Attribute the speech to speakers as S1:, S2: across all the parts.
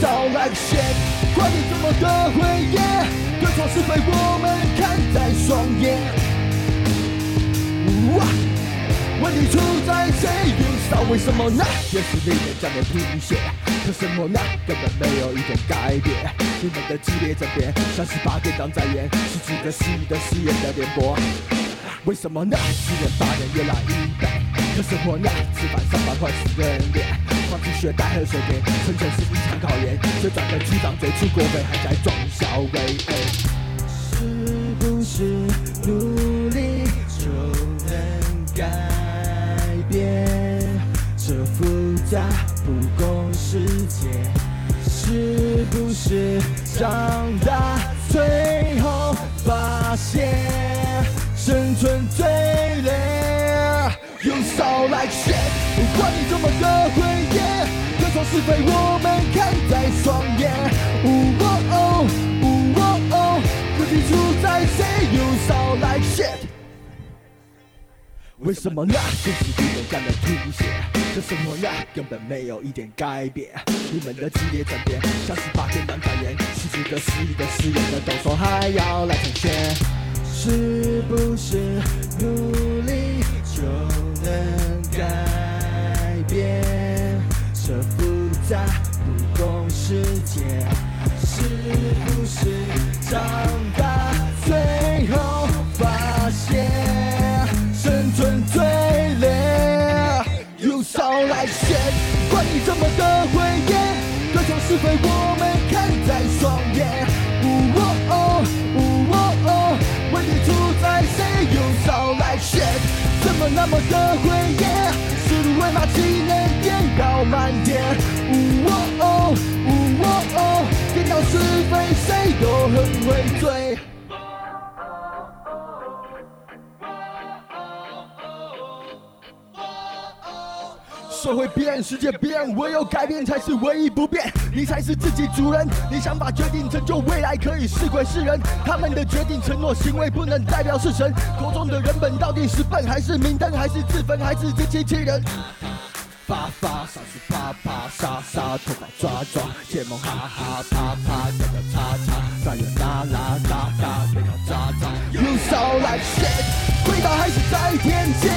S1: 少 like shit。关于这么的回忆，对错是非我们看在双眼。哇问题出在谁？云少为什么呢？也是你们讲的贫血，可什么呢？根本没有一点改变。你们的激烈争辩，像是八点档再演，是指的戏的戏演的联播。为什么呢？十年八年越来一倍，可生活呢？吃饭上班换死人脸，放弃学贷和水电，存钱是一场考验。学长跟区长嘴出国北，还在装小鬼。哎是不是努力就能改变这复杂不公世界？是不是长大最后发现生存最累？用少来选，不管你怎么的回忆，对错是非我们看在双眼。呜哦哦，呜哦哦，问题出在谁？用少来选。为什么呢？就是你们干的吐血，这生活呢根本没有一点改变。你们的激烈转变，像是八点档感言，是几个失意的誓言的动手还要来成全。是不是努力就能改变这复杂不公世界？是不是长大最后发现生存最累？用少来选，管你怎么的回忆，对错是非我们看在双眼。呜哦哦，呜哦哦，问题出在谁？用少来选，怎么那么的回忆？是芦苇马技能颠倒满天。呜哦哦，呜哦哦，颠倒是非谁都很会追。社会变，世界变，唯有改变才是唯一不变。你才是自己主人，你想法决定成就未来，可以是鬼是人。他们的决定、承诺、行为不能代表是神。口中的人本到底是笨还是明灯，还是自焚，还是自欺欺人？发发，少数啪啪，沙沙，头发抓抓，睫毛哈哈啪啪，脚脚叉叉，上有拉拉哒哒，背后渣渣，用手来 shit，轨道还是在天界，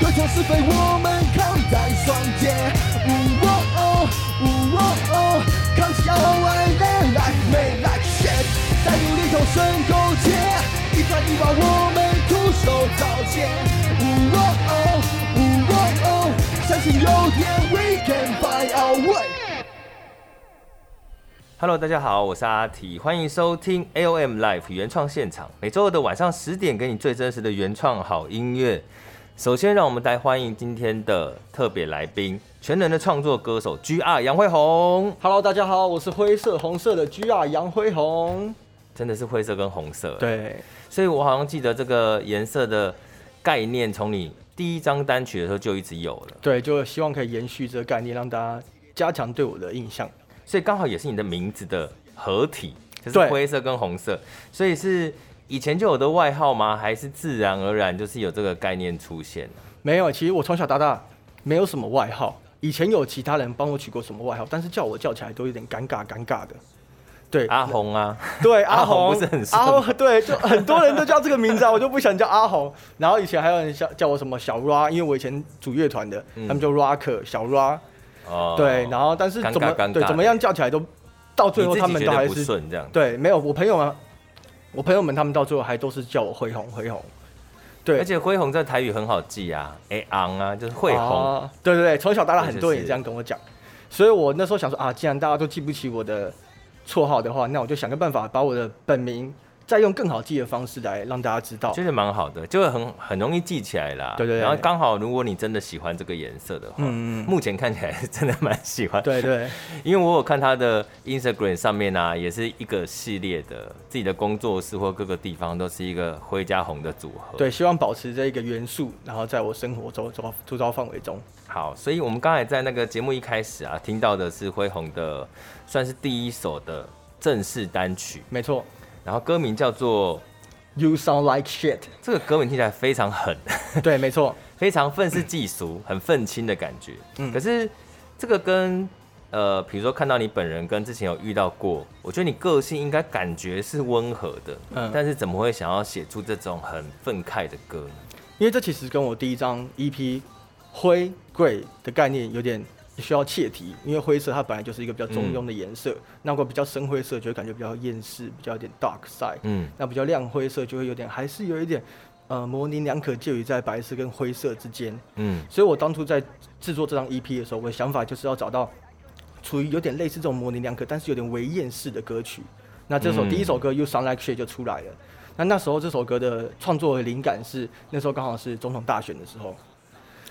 S1: 对错是非我们看在双肩，呜哦哦，呜哦哦，扛起 O I 的来没来 shit，在努力投身苟且，一砖一瓦我们徒手造建，呜哦哦，呜哦哦。相信有天 we can find our way。
S2: Hello，大家好，我是阿提，欢迎收听 AOM Live 原创现场，每周二的晚上十点，给你最真实的原创好音乐。首先，让我们来欢迎今天的特别来宾，全能的创作歌手 GR 杨惠红，
S3: Hello，大家好，我是灰色红色的 GR 杨辉宏。
S2: 真的是灰色跟红色。，
S3: 对，
S2: 所以我好像记得这个颜色的概念，从你第一张单曲的时候就一直有了，
S3: 对，就希望可以延续这个概念，让大家加强对我的印象。
S2: 所以刚好也是你的名字的合体，就是
S3: 对
S2: 灰色跟红色，所以是。以前就有的外号吗？还是自然而然就是有这个概念出现？
S3: 没有，其实我从小到大没有什么外号，以前有其他人帮我取过什么外号，但是叫我叫起来都有点尴尬，尴尬的。对，
S2: 阿红啊，
S3: 对
S2: 阿
S3: 阿
S2: 红
S3: 红
S2: 不是很顺
S3: 阿红 对，就很多人都叫这个名字啊，我 就不想叫阿红。然后以前还有人叫叫我什么小 Ra，因为我以前组乐团的，他们叫 Rocker 小 Ra。
S2: 嗯哦
S3: 对，然后但是
S2: 尴尬
S3: 怎么
S2: 尴尬
S3: 对怎么样叫起来都到最后
S2: 你
S3: 他
S2: 自己
S3: 们
S2: 觉
S3: 都
S2: 得
S3: 还
S2: 不
S3: 是
S2: 顺这样，
S3: 对，没有，我朋友啊，我朋友们他们到最后还都是叫我恢宏，恢宏。对，
S2: 而且恢宏在台语很好记啊，哎昂啊，就是惠宏，
S3: 啊对对对，从小到大
S2: 对
S3: 很多
S2: 就
S3: 人也
S2: 是
S3: 这样跟我讲，所以我那时候想说啊，既然大家都记不起我的绰号的话，那我就想个办法把我的本名再用更好记的方式来让大家知道
S2: 觉。得蛮好的，就会很很容易记起来啦。
S3: 对对对
S2: 然后刚好如果你真的喜欢这个颜色的话，
S3: 嗯嗯
S2: 目前看起来是真的蛮喜欢，
S3: 对对
S2: 因为我有看他的 Instagram 上面啊，也是一个系列的，自己的工作室或各个地方都是一个灰加红的组合。
S3: 对，希望保持这一个元素，然后在我生活周周周遭范围中。
S2: 好，所以我们刚才在那个节目一开始啊，听到的是恢宏的，算是第一首的正式单曲，
S3: 没错
S2: 然后歌名叫做
S3: ，You sound like shit。
S2: 这个歌名听起来非常狠，
S3: 对，没错，嗯
S2: 非常愤世嫉俗，很愤青的感觉。可是这个跟呃，比如说看到你本人跟之前有遇到过，我觉得你个性应该感觉是温和的，
S3: 嗯
S2: 但是怎么会想要写出这种很愤慨的歌呢？
S3: 因为这其实跟我第一张 EP 灰 grey 的概念有点需要切题，因为灰色它本来就是一个比较中庸的颜色，那如果比较深灰色就会感觉比较厌世，比较有点 dark side，、
S2: 嗯
S3: 那比较亮灰色就会有点还是有一点呃模棱两可，介于在白色跟灰色之间。
S2: 嗯
S3: 所以我当初在制作这张 EP 的时候，我的想法就是要找到处于有点类似这种模棱两可，但是有点微厌世的歌曲。那这首
S2: 嗯
S3: 第一首歌《You Sound Like Shit》就出来了。那那时候这首歌的创作的灵感是那时候刚好是总统大选的 时候，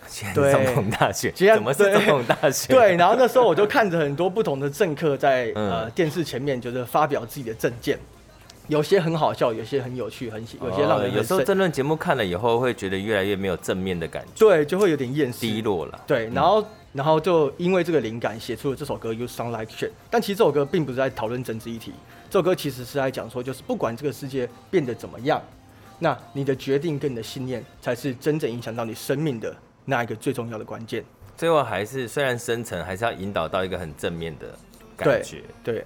S2: 现在
S3: 对
S2: 总统大选
S3: 既然
S2: 怎么是总统大选？
S3: 对，然后那时候我就看着很多不同的政客在、
S2: 嗯
S3: 呃电视前面就是发表自己的政见，有些很好笑，有些很有趣，很喜有些让人
S2: 哦
S3: 很
S2: 有时候
S3: 生
S2: 争论节目看了以后会觉得越来越没有正面的感觉，
S3: 对就会有点厌世，
S2: 低落了。嗯
S3: 对，然后、然后就因为这个灵感写出了这首歌《You Sound Like Shit》，但其实这首歌并不是在讨论政治议题，这首歌其实是在讲说，就是不管这个世界变得怎么样，那你的决定跟你的信念才是真正影响到你生命的那一个最重要的关键。
S2: 最后还是虽然深层，还是要引导到一个很正面的感觉。
S3: 对，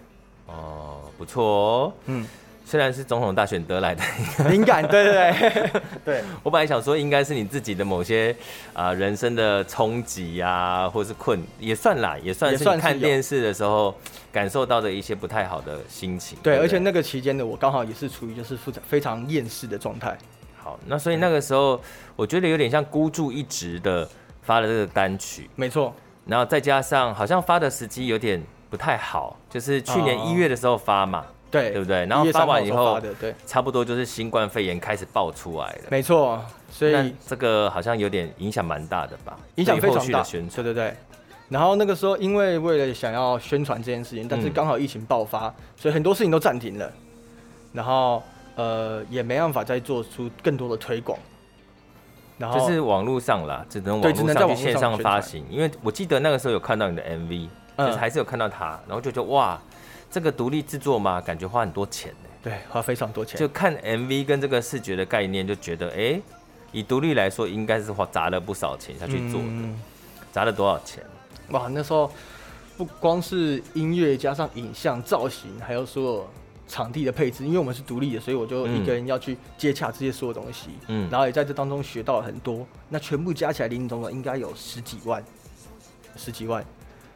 S2: 哦，不错哦。
S3: 嗯，
S2: 虽然是总统大选得来的，
S3: 灵感，对对对对，
S2: 我本来想说应该是你自己的某些啊、呃人生的冲击啊，或是困，也算啦，也算
S3: 也
S2: 是
S3: 算
S2: 你
S3: 是
S2: 看
S3: 有
S2: 电视的时候感受到的一些不太好的心情。
S3: 对，
S2: 不
S3: 而且那个期间的我刚好也是处于就是非常非常厌世的状态。
S2: 好，那所以那个时候我觉得有点像孤注一掷的发了这个单曲，
S3: 没错，
S2: 然后再加上好像发的时机有点不太好，就是去年
S3: 哦
S2: 一月的时候发嘛，
S3: 对，
S2: 对不对然后
S3: 1月
S2: 发
S3: 3号
S2: 完以
S3: 时候
S2: 后
S3: 发的，对，
S2: 差不多就是新冠肺炎开始爆出来了。
S3: 没错，所
S2: 那
S3: 以
S2: 这个好像有点影响蛮大的吧？
S3: 影响
S2: 对于
S3: 非
S2: 后
S3: 常
S2: 续
S3: 大，
S2: 的宣传。
S3: 对对对。然后那个时候，因为为了想要宣传这件事情，但是
S2: 嗯
S3: 刚好疫情爆发，所以很多事情都暂停了，然后呃也没办法再做出更多的推广，然后
S2: 就是网络上啦，只能
S3: 哦对
S2: 网
S3: 只
S2: 络
S3: 能在
S2: 上去
S3: 网络
S2: 线
S3: 上
S2: 上
S3: 宣
S2: 发
S3: 传
S2: 行，因为我记得那个时候有看到你的 MV，、
S3: 嗯
S2: 就是还是有看到它，然后就觉得哇，这个独立制作嘛，感觉花很多钱呢。
S3: 对花非常多钱，
S2: 就看 MV 跟这个视觉的概念，就觉得哎、诶以独立来说，应该是花砸了不少钱下去做的，
S3: 嗯
S2: 砸了多少钱？
S3: 哇，那时候不光是音乐，加上影像、造型，还有所有场地的配置，因为我们是独立的，所以我就一个人要去接洽这些所有东西，
S2: 嗯
S3: 嗯，然后也在这当中学到了很多。那全部加起来，林林总总应该有十几万，十几万。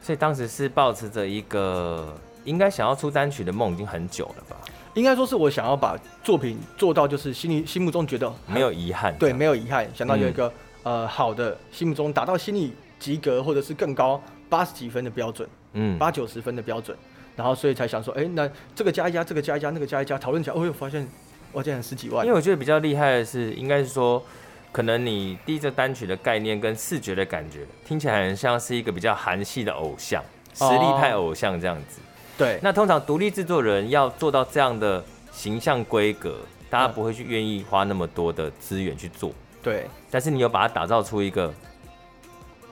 S2: 所以当时是抱持着一个应该想要出单曲的梦，已经很久了吧，
S3: 应该说是我想要把作品做到，就是心里心目中觉得
S2: 没有嗯遗憾。
S3: 对，没有遗憾，想到有一个、呃好的，心目中达到心理及格或者是更高八十几分的标准。
S2: 嗯，
S3: 八九十分的标准，然后所以才想说，哎、那这个加一加，这个加一加，那个加一加，讨论起来，哦呦，发现哇，竟然十几万
S2: 因为，我觉得比较厉害的是，应该是说，可能你第一个单曲的概念跟视觉的感觉，听起来很像是一个比较韩系的偶像，实力派偶像这样子。
S3: 哦对，
S2: 那通常独立制作人要做到这样的形象规格，大家不会去愿意花那么多的资源去做，
S3: 对，
S2: 但是你有把它打造出一个。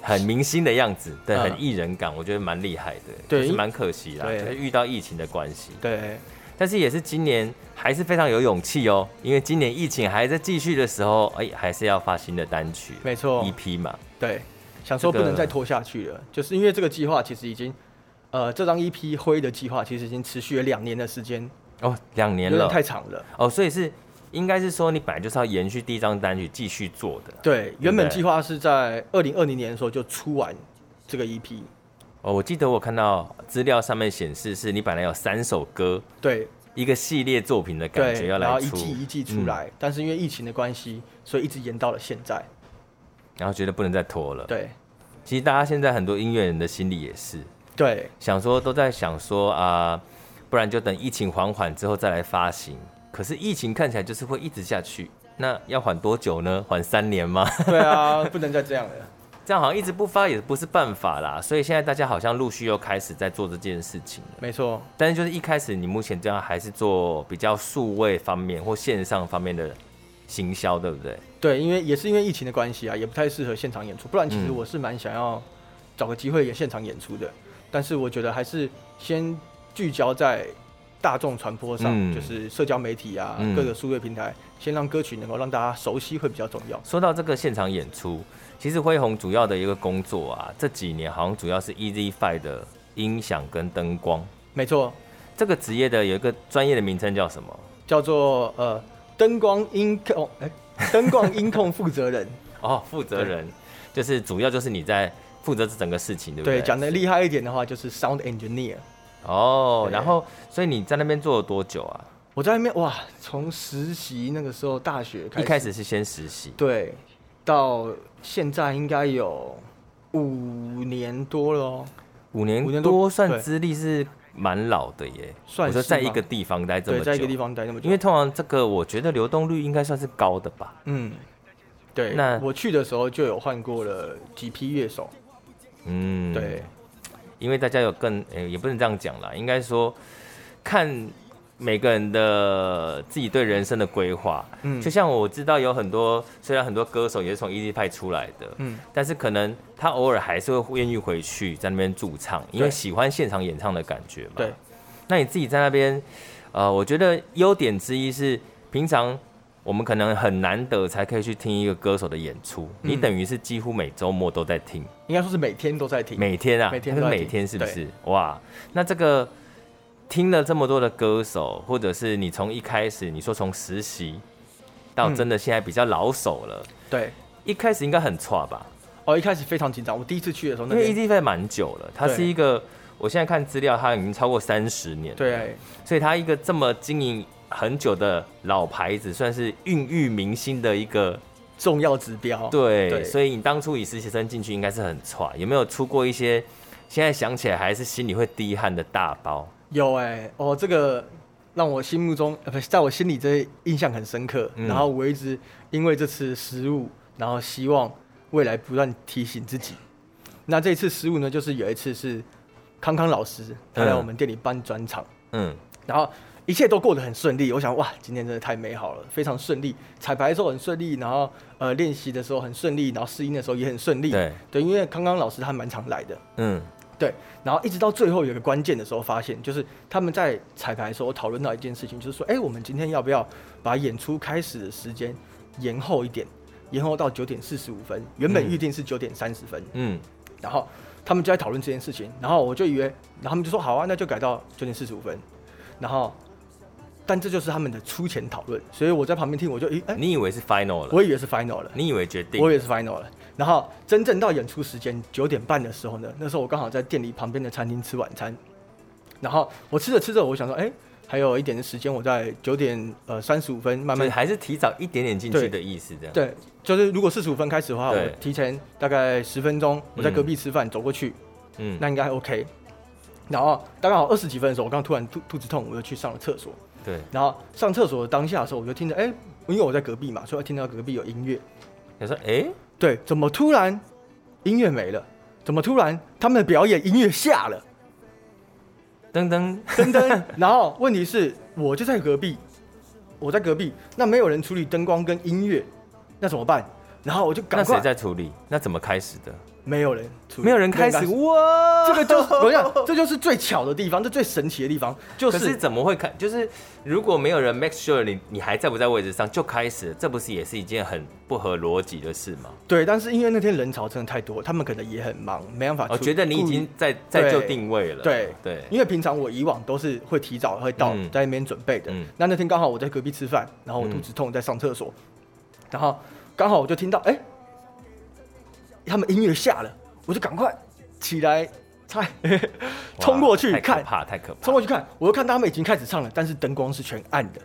S2: 很明星的样子，对，
S3: 嗯
S2: 很艺人感，我觉得蛮厉害的，
S3: 对
S2: 只是
S3: 因
S2: 蛮可惜啦，
S3: 对
S2: 就是遇到疫情的关系，
S3: 对，
S2: 但是也是今年还是非常有勇气哦，因为今年疫情还在继续的时候，哎、还是要发新的单曲，
S3: 没错
S2: 一，批嘛，
S3: 对，想说
S2: 这
S3: 不
S2: 个
S3: 能再拖下去了，就是因为这个计划其实已经，呃，这张 EP 灰的计划其实已经持续了两年的时间，
S2: 哦，两年
S3: 有点
S2: 了，
S3: 太长了。
S2: 哦，所以是应该是说你本来就是要延续第一张单曲继续做的，
S3: 对，原
S2: 对
S3: 本计划是在二零二零年的时候就出完这个 E EP，
S2: 哦，我记得我看到资料上面显示是你本来有三首歌，
S3: 对，
S2: 一个系列作品的感觉
S3: 对，
S2: 要
S3: 然后
S2: 来
S3: 一
S2: 出，
S3: 季一季出
S2: 嗯呃
S3: 来，但是因为疫情的关系，所以一直延到了现在。
S2: 然后觉得不能再拖了。
S3: 对，
S2: 其实大家现在很多音乐人的心里也是，
S3: 对，
S2: 想说都在想说啊、不然就等疫情缓缓之后再来发行。可是疫情看起来就是会一直下去，那要缓多久呢？缓三年吗？
S3: 对啊，不能再这样了。
S2: 这样好像一直不发也不是办法啦。所以现在大家好像陆续又开始在做这件事情了。
S3: 没错，
S2: 但是就是一开始你目前这样还是做比较数位方面或线上方面的行销，对不对？
S3: 对，因为也是因为疫情的关系啊，也不太适合现场演出。不然其实
S2: 嗯
S3: 我是蛮想要找个机会也现场演出的，但是我觉得还是先聚焦在大众传播上，
S2: 嗯
S3: 就是社交媒体啊，
S2: 嗯
S3: 各个数位平台，先让歌曲能够让大家熟悉会比较重要。
S2: 说到这个现场演出，其实恢宏主要的一个工作啊，这几年好像主要是 Easy Five 的音响跟灯光。
S3: 没错，
S2: 这个职业的有一个专业的名称叫什么？
S3: 叫做呃灯光音控，哎、灯光音控负责人。
S2: 哦，负责人，就是主要就是你在负责这整个事情， 对不对？
S3: 对，讲的厉害一点的话，就是 sound engineer。
S2: 哦，
S3: 对
S2: 然后所以你在那边做了多久啊？
S3: 我在那边哇，从实习那个时候大学开
S2: 一
S3: 始，
S2: 开始是先实习，
S3: 对，到现在应该有五年多了哦。
S2: 五年
S3: 五年多
S2: 多算
S3: 对
S2: 资历是蛮老的耶。
S3: 算
S2: 我说
S3: 是
S2: 在一
S3: 吧
S2: 个地方待这么
S3: 对，
S2: 久，
S3: 在一个地方待那么久，
S2: 因为通常这个我觉得流动率应该算是高的吧。
S3: 嗯，对，
S2: 那
S3: 我去的时候就有换过了几批乐手，
S2: 嗯，
S3: 对，
S2: 因为大家有更、呃也不能这样讲啦，应该说看每个人的自己对人生的规划。
S3: 嗯
S2: 就像我知道有很多，虽然很多歌手也是从 EZ 派出来的，
S3: 嗯，
S2: 但是可能他偶尔还是会愿意回去在那边驻唱，因为
S3: 对
S2: 喜欢现场演唱的感觉嘛。
S3: 对，
S2: 那你自己在那边，呃，我觉得优点之一是，平常我们可能很难得才可以去听一个歌手的演出，你
S3: 嗯
S2: 等于是几乎每周末都在听，
S3: 应该说是每天都在听，
S2: 每天啊，
S3: 每天
S2: 它
S3: 都
S2: 是
S3: 在
S2: 每
S3: 听
S2: 天是不是？哇，那这个听了这么多的歌手，或者是你从一开始你说从实习到
S3: 嗯
S2: 真的现在比较老手了，
S3: 对。
S2: 一开始应该很差吧？
S3: 哦，一开始非常紧张，我第一次去的时候，那
S2: 因为
S3: 边
S2: EZ 费蛮久了，它
S3: 嗯对
S2: 是一个，我现在看资料，它已经超过三十年，，
S3: 对
S2: 所以它一个这么经营很久的老牌子，算是孕育明星的一个，
S3: 重要指标，
S2: 对，
S3: 对
S2: 所以你当初以实习生进去应该是很差，有没有出过一些现在想起来还是心里会滴汗的大包？
S3: 有哎、哦，这个让我心目中呃不是，在我心里这印象很深刻。
S2: 嗯
S3: 然后我一直因为这次失误，然后希望未来不断提醒自己。那这次失误呢，就是有一次是康康老师他来
S2: 嗯
S3: 我们店里办专场，
S2: 嗯，
S3: 然后一切都过得很顺利。我想哇，今天真的太美好了，非常顺利。彩排的时候很顺利，然后呃练习的时候很顺利，然后试音的时候也很顺利。
S2: 对，
S3: 对，因为康康老师他蛮常来的。
S2: 嗯，
S3: 对，然后一直到最后有一个关键的时候，发现就是他们在彩排的时候讨论到一件事情，就是说，哎，我们今天要不要把演出开始的时间延后一点，延后到九点四十五分，原本
S2: 嗯
S3: 预定是九点三十分，
S2: 嗯，
S3: 然后他们就在讨论这件事情，然后我就以为，然后他们就说好啊，那就改到九点四十五分，然后，但这就是他们的出前讨论，所以我在旁边听，我就诶哎，
S2: 你以为是 final 了，
S3: 我以为是 final 了。
S2: 你以为决定
S3: 我也是 final 了。然后真正到演出时间九点半的时候呢，那时候我刚好在店里旁边的餐厅吃晚餐，然后我吃着吃着，我想说，哎，还有一点的时间，我在九点呃三十五分慢
S2: 就是
S3: 慢
S2: 还是提早一点点进去
S3: 对
S2: 的意思，这样，
S3: 对，就是如果四十五分开始的话，
S2: 对
S3: 我提前大概十分钟，我在隔壁吃饭、走过去，
S2: 嗯，
S3: 那应该 OK。然后大概好二十几分的时候，我刚突然肚肚子痛，我就去上了厕所。
S2: 对，
S3: 然后上厕所当下的时候，我就听着，哎，因为我在隔壁嘛，所以听到隔壁有音乐，
S2: 他说，哎，
S3: 对，怎么突然音乐没了？怎么突然他们的表演音乐下了？
S2: 噔噔，
S3: 噔噔，然后问题是我就在隔壁，我在隔壁，那没有人处理灯光跟音乐，那怎么办？然后我就赶
S2: 那谁
S3: 快，
S2: 在处理？那怎么开始的？
S3: 没有人处理，
S2: 没有人开始，
S3: 没有
S2: 哇，
S3: 这 个就是我想，这就是最巧的地方，这最神奇的地方就
S2: 可是
S3: 是
S2: 怎么会开？就是如果没有人 make sure 你你还在不在位置上就开始了，这不是也是一件很不合逻辑的事吗？
S3: 对，但是因为那天人潮真的太多，他们可能也很忙，没办法处
S2: 我
S3: 理。
S2: 哦觉得你已
S3: 顾虑
S2: 经在在
S3: 啊对
S2: 就定位了。
S3: 对
S2: 对，
S3: 因为平常我以往都是会提早会到
S2: 嗯
S3: 在那边准备的。
S2: 嗯
S3: 那那天刚好我在隔壁吃饭，然后我肚子痛在上厕所，
S2: 嗯
S3: 然后刚好我就听到哎、他们音乐下了，我就赶快起来， 菜
S2: 哇
S3: 冲过去
S2: 太可
S3: 看，
S2: 怕，太可怕，
S3: 冲过去看，我就看到他们已经开始唱了，但是灯光是全暗的，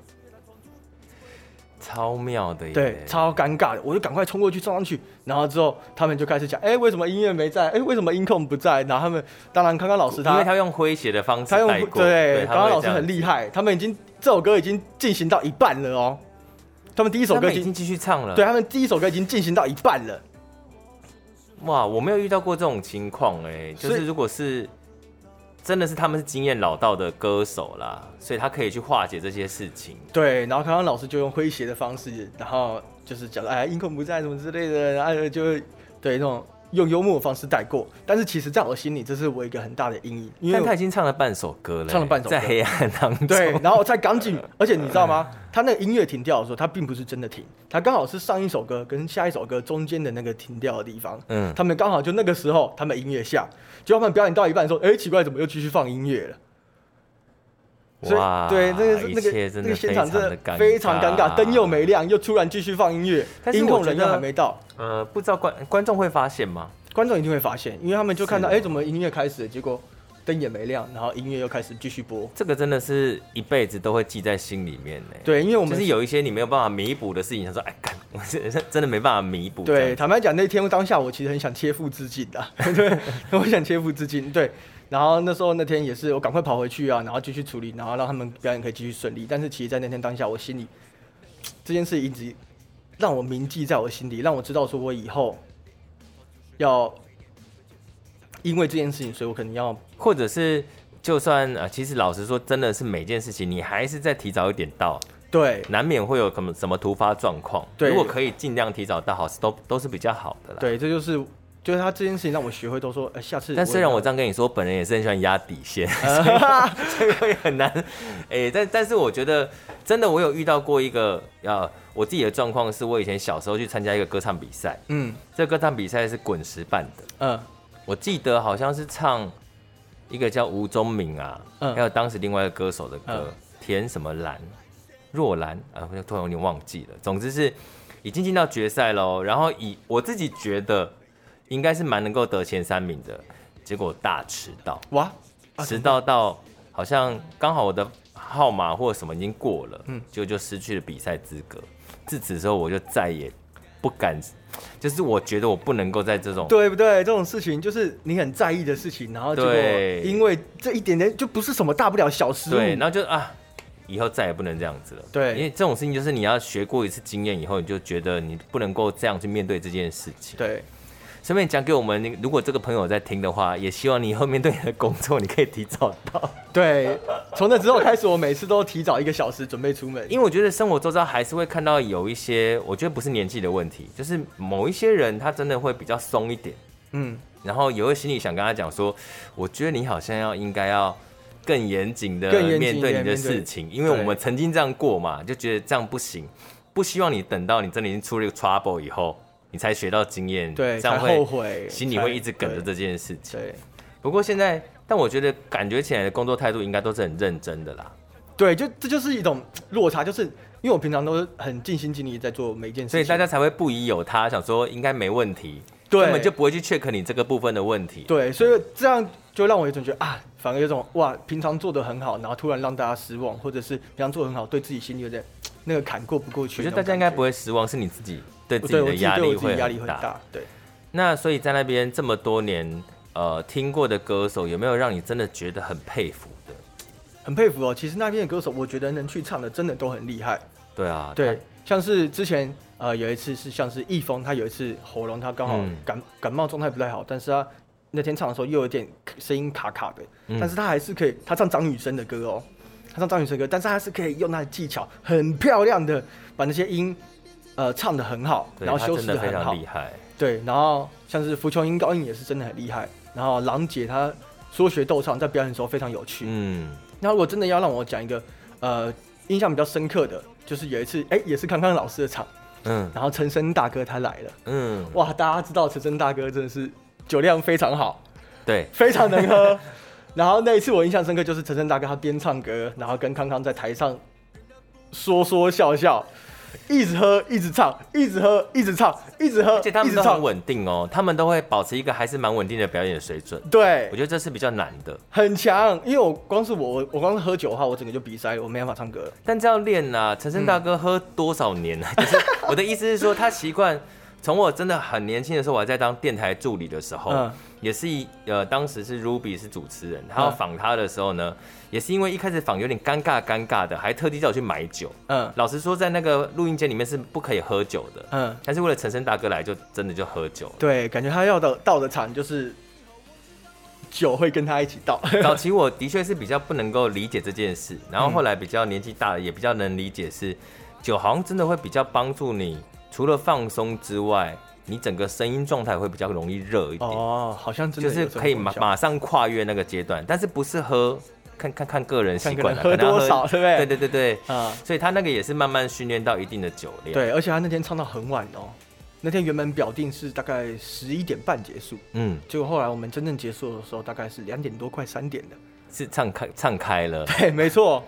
S2: 超妙的耶。
S3: 对，超尴尬的，我就赶快冲过去冲上去，然后之后他们就开始讲，哎、为什么音乐没在？哎、为什么音控不在？然后他们当然康康老师
S2: 因为他用诙谐的方式
S3: 哦他用
S2: 带过，
S3: 对，刚刚老师很
S2: 害。
S3: 厉害，他们已经这首歌已经进行到一半了哦。他们第一首
S2: 他
S3: 歌
S2: 们
S3: 已
S2: 已经
S3: 经
S2: 继续唱了。
S3: 对，啊他们第一首歌已经进行到一半了，
S2: 哇，我没有遇到过这种情况哎、就
S3: 所
S2: 是
S3: 以
S2: 如果是真的是他们是经验老道的歌手啦，所以他可以去化解这些事情。
S3: 对，然后康康老师就用诙谐的方式，然后就是讲哎音控不在什么之类的，然后就对那种用幽默的方式带过，但是其实在我心里，这是我一个很大的阴影，因为
S2: 但
S3: 我
S2: 他已经唱了半首歌了，欸
S3: 唱了半首歌
S2: 在黑暗当中。
S3: 对，然后在钢琴，而且你知道吗？他那个音乐停掉的时候，他并不是真的停，他刚好是上一首歌跟下一首歌中间的那个停掉的地方。
S2: 嗯
S3: 他们刚好就那个时候，他们音乐下，结果他们表演到一半说：“哎、奇怪，怎么又继续放音乐了？”所
S2: 哇
S3: 以，对，那个是
S2: 一
S3: 那
S2: 切
S3: 个
S2: 真的
S3: 那个现场真
S2: 非常的
S3: 的非常尴尬，灯又没亮，又突然继续放音乐，
S2: 但是
S3: 音
S2: 我
S3: 控
S2: 觉
S3: 人又
S2: 得
S3: 还没到，
S2: 呃，不知道观观众会发现吗？
S3: 观众一定会发现，因为他们就看到，
S2: 是
S3: 哎、怎么音乐开始了？结果灯也没亮，然后音乐又开始继续播。
S2: 这个真的是一辈子都会记在心里面呢。，欸
S3: 对，因为我
S2: 就
S3: 们
S2: 是有一些你没有办法弥补的事情，想说，哎，干， 我真真的没办法弥补。这
S3: 对，
S2: 样，
S3: 坦白讲，那天当下我其实很想切腹自 尽的，对， 我想切腹自尽，对。然后那时候那天也是我赶快跑回去啊，然后继续处理，然后让他们表演可以继续顺利。但是其实，在那天当下，我心里这件事一直让我铭记在我心里，让我知道说我以后要因为这件事情，所以我可能要
S2: 或者是就算呃，其实老实说，真的是每件事情你还是再提早一点到，
S3: 对
S2: 难免会有什么什么突发状况。
S3: 对
S2: 如果可以尽量提早到，好是都都是比较好的啦。。
S3: 对，这就是就是他这件事情让我学会都说，呃，下次
S2: 但虽然
S3: 要
S2: 我这样跟你说，本人也是很喜欢压底 线，所以所以很难。 哎、但但是我觉得真的，我有遇到过一个呃，我自己的状况是我以前小时候去参加一个歌唱比赛，
S3: 嗯
S2: 这个歌唱比赛是滚石办的，
S3: 嗯
S2: 我记得好像是唱一个叫吴宗明啊，
S3: 嗯
S2: 还有当时另外一个歌手的歌
S3: 嗯，
S2: 田什么兰，若兰啊，我突然有点忘记了。总之是已经进到决赛喽，然后以我自己觉得应该是蛮能够得前三名的，结果大迟到，
S3: 哇啊
S2: 迟到到好像刚好我的号码或什么已经过了，嗯
S3: 嗯，
S2: 就就失去了比赛资格。自此之后，我就再也不敢，就是我觉得我不能够在这种
S3: 对不对？这种事情就是你很在意的事情，然后结果
S2: 对
S3: 因为这一点点就不是什么大不了小失误，
S2: 对，然后就啊，以后再也不能这样子了。
S3: 嗯对
S2: 因为这种事情就是你要学过一次经验以后，你就觉得你不能够这样去面对这件事情。，
S3: 对
S2: 顺便讲给我们，如果这个朋友在听的话，也希望你以后面对你的工作，你可以提早到，
S3: 对从那之后开始，我每次都提早一个小时准备出门，
S2: 因为我觉得生活周遭还是会看到有一些，我觉得不是年纪的问题，就是某一些人他真的会比较松一点，
S3: 嗯，
S2: 然后也会心里想跟他讲说，我觉得你好像要应该要。更严谨的
S3: 更严谨
S2: 面对
S3: 一点
S2: 你的
S3: 面对
S2: 事情，因为我
S3: 对
S2: 们曾经这样过嘛，就觉得这样不行，不希望你等到你真的已经出了一个 trouble 以后，你才学到经验，
S3: 对，
S2: 这样
S3: 才
S2: 会
S3: 后悔，
S2: 心里
S3: 才
S2: 会一直梗着这
S3: 对
S2: 件事情。
S3: 对
S2: 不过现在，但我觉得感觉起来的工作态度应该都是很认真的啦。
S3: 对，就这就是一种落差，就是因为我平常都是很尽心尽力在做每一件事情，
S2: 所以大家才会不疑有他，想说应该没问题，
S3: 对
S2: 根本就不会去 check 你这个部分的问题。
S3: 对，所以这样就让我有种觉得啊，反而有种哇，平常做的很好，然后突然让大家失望，或者是平常做的很好，对自己心里有点那个坎过不过去
S2: 我觉
S3: 那种感。
S2: 得大家应该不会失望，是你自己对自己
S3: 对我
S2: 的
S3: 自己
S2: 压
S3: 对
S2: 力
S3: 我自
S2: 会
S3: 己压力很
S2: 大。
S3: 大，对。
S2: 那所以在那边这么多年，呃，听过的歌手有没有让你真的觉得很佩服的？
S3: 很佩服哦。其实那边的歌手，我觉得能去唱的真的都很厉害。
S2: 对啊，
S3: 对，像是之前呃有一次是像是易峰，他有一次喉咙他刚好
S2: 嗯
S3: 感、感冒状态不太好，但是他那天唱的时候又有点声音卡卡的，
S2: 嗯
S3: 但是他还是可以，他唱张雨生的歌哦，他唱张雨生的歌，但是他是可以用他的技巧很漂亮的把那些音呃唱的很好，
S2: 对，
S3: 然后
S2: 他
S3: 修
S2: 真
S3: 饰
S2: 的
S3: 的
S2: 非
S3: 很好
S2: 常厉，害。
S3: 对，然后像是浮琼音高音也是真的很厉害，然后郎姐她说学逗唱在表演的时候非常有趣，
S2: 嗯，
S3: 那如果真的要让我讲一个呃印象比较深刻的，就是有一次，哎、也是康康老师的场，
S2: 嗯
S3: 然后陈升大哥他来了，
S2: 嗯，
S3: 哇，大家知道陈升大哥真的是酒量非常好，
S2: 对，
S3: 非常 能喝。然后那一次我印象深刻，就是陈升大哥他边唱歌，然后跟康康在台上说说笑笑，一直喝，一直唱，一直喝，一直唱，一直喝，
S2: 而且他
S3: 一
S2: 们
S3: 直
S2: 都很
S3: 唱，
S2: 稳定哦，他们都会保持一个还是蛮稳定的表演的水准。
S3: 对
S2: 我，觉得这是比较难的，
S3: 很强。因为我光是我我我光是喝酒的话，我整个就鼻塞了，我没办法唱歌了。
S2: 但这样练呐、陈升大哥喝多少年啊？
S3: 嗯
S2: 就是我的意思是说，他习惯从我真的很年轻的时候，我还在当电台助理的时候，
S3: 嗯
S2: 也是一呃，当时是 Ruby 是主持人，他要
S3: 嗯
S2: 访他的时候呢，也是因为一开始访有点尴尬尴尬的，还特地叫我去买酒。
S3: 嗯
S2: 老实说，在那个录音间里面是不可以喝酒的，
S3: 嗯。
S2: 但是为了陈升大哥来，就真的就喝酒了。
S3: 对，感觉他要的到的场就是酒会跟他一起到。
S2: 早期我的确是比较不能够理解这件事，然后后来比较年纪大了，也比较能理解是，酒好像真的会比较帮助你，除了放松之外，你整个声音状态会比较容易热一点，
S3: 哦，好像真
S2: 就
S3: 的
S2: 是
S3: 有这种
S2: 可以马
S3: 功效
S2: 马上跨越那个阶段，但是不是喝，看看看个人习惯了，
S3: 看个人
S2: 可能要
S3: 喝多少对不对
S2: 对对对对，
S3: 啊、
S2: 所以他那个也是慢慢训练到一定的酒量。，
S3: 对，而且他那天唱到很晚哦，那天原本表定是大概十一点半结束，
S2: 嗯，
S3: 结果后来我们真正结束的时候大概是两点多快三点 的，
S2: 是唱开唱开了，
S3: 对，没错，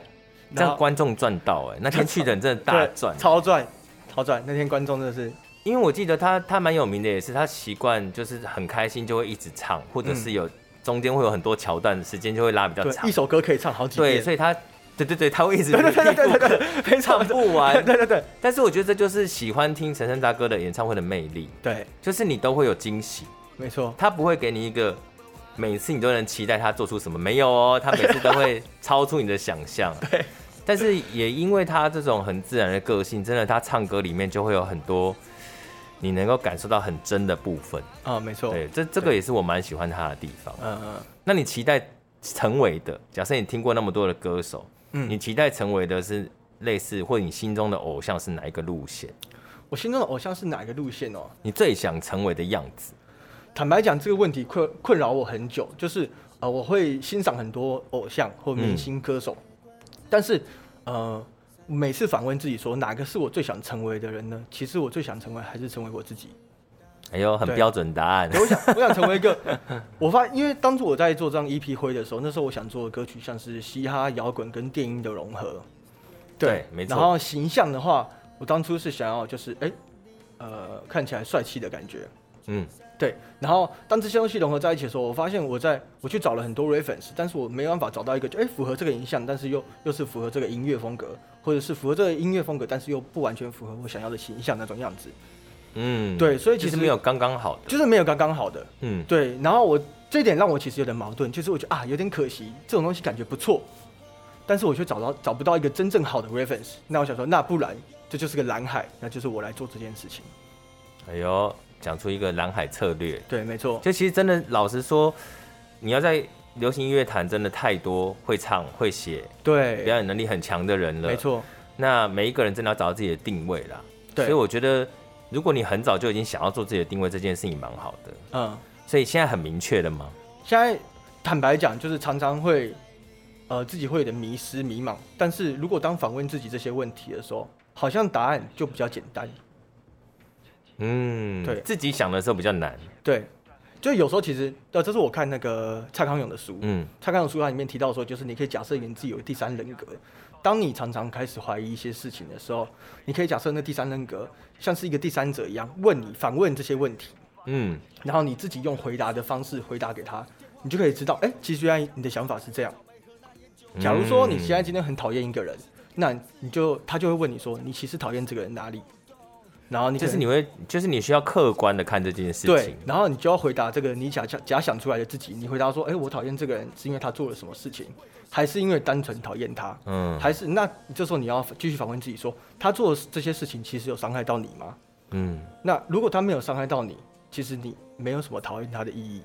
S2: 这
S3: 然后
S2: 样观众赚到哎、那天去的人真的大
S3: 对
S2: 赚，
S3: 超赚，超赚，那天观众真的是
S2: 因为我记得他他蛮有名的，也是他习惯就是很开心就会一直唱，或者是有、中间会有很多桥段，时间就会拉比较
S3: 对，
S2: 长
S3: 一。首歌可以唱好几遍，
S2: 对，所以他对对对，他会一直
S3: 对对对对对，非常
S2: 唱不完。
S3: 对对对
S2: 但是我觉得这就是喜欢听陈升大哥的演唱会的魅力，
S3: 对，
S2: 就是你都会有惊喜，
S3: 没错，
S2: 他不会给你一个每次你都能期待他做出什么，没有哦，他每次都会超出你的想象。
S3: 对，
S2: 但是也因为他这种很自然的个性，真的他唱歌里面就会有很多你能够感受到很真的部分。
S3: 啊、没错，
S2: 对，这这个也是我蛮喜欢他的地方。
S3: 嗯嗯
S2: 那你期待成为的，假设你听过那么多的歌手，
S3: 嗯，
S2: 你期待成为的是类似或你心中的偶像是哪一个路线？
S3: 我心中的偶像是哪一个路线哦？
S2: 你最想成为的样子？
S3: 坦白讲，这个问题困困扰我很久，就是呃，我会欣赏很多偶像或明星歌
S2: 嗯
S3: 手，但是呃，每次反问自己说哪个是我最想成为的人呢？其实我最想成为还是成为我自己。
S2: 哎呦，很
S3: 对
S2: 标准答案。
S3: 我想，我想成为 一个，我发，因为当初我在做这张 EP 灰的时候，那时候我想做的歌曲像是嘻哈、摇滚跟电音的融合。
S2: 对没错
S3: 然后形象的话，我当初是想要就是哎、呃，看起来帅气的感觉。
S2: 嗯，
S3: 对，然后当这些东西融合在一起的时候，我发现我在我去找了很多 reference，但是我没办法找到一个就哎符合这个影像，但是又又是符合这个音乐风格，或者是符合这个音乐风格，但是又不完全符合我想要的形象那种样子，
S2: 嗯，
S3: 对所以其
S2: 就是
S3: 实
S2: 没有刚刚好的，
S3: 就是没有刚刚好的。
S2: 嗯，
S3: 对，然后我这一点让我其实有点矛盾，就是我觉得啊有点可惜，这种东西感觉不错，但是我却找到找不到一个真正好的 reference。那我想说，那不然这就是个蓝海，那就是我来做这件事情。
S2: 哎呦，讲出一个蓝海策略，
S3: 对，没错，
S2: 就其实真的老实说，你要在流行音乐坛真的太多会唱会写表
S3: 对，
S2: 演能力很强的人了，
S3: 没。错，
S2: 那每一个人真的要找到自己的定位啦，
S3: 对
S2: 所以我觉得如果你很早就已经想要做自己的定位，这件事情蛮好的。
S3: 嗯。
S2: 所以现在很明确了吗？
S3: 现在坦白讲，就是常常会，呃，自己会有点迷失、迷茫。但是如果当反问自己这些问题的时候，好像答案就比较简单。
S2: 嗯，
S3: 对
S2: 自己想的时候比较难，
S3: 对，就有时候其实，呃，这是我看那个蔡康永的书，
S2: 嗯，
S3: 蔡康永书它里面提到说，就是你可以假设你自己有第三人格。当你常常开始怀疑一些事情的时候，你可以假设那第三人格像是一个第三者一样，问你反问这些问题，
S2: 嗯，
S3: 然后你自己用回答的方式回答给他，你就可以知道，哎、其实原来你的想法是这样。假如说
S2: 嗯
S3: 你现在今天很讨厌一个人，那你就他就会问你说，你其实讨厌这个人哪里？然后
S2: 嗯
S3: 你可
S2: 就是
S3: 能
S2: 你会，就是你需要客观的看这件事
S3: 对
S2: 情，，
S3: 然后你就要回答这个你假假假想出来的自己，你回答说，哎、我讨厌这个人是因为他做了什么事情，还是因为单纯讨厌他？
S2: 嗯
S3: 还是那这时候你要继续反问自己说，他做的这些事情其实有伤害到你吗？
S2: 嗯，
S3: 那如果他没有伤害到你，其实你没有什么讨厌他的意义。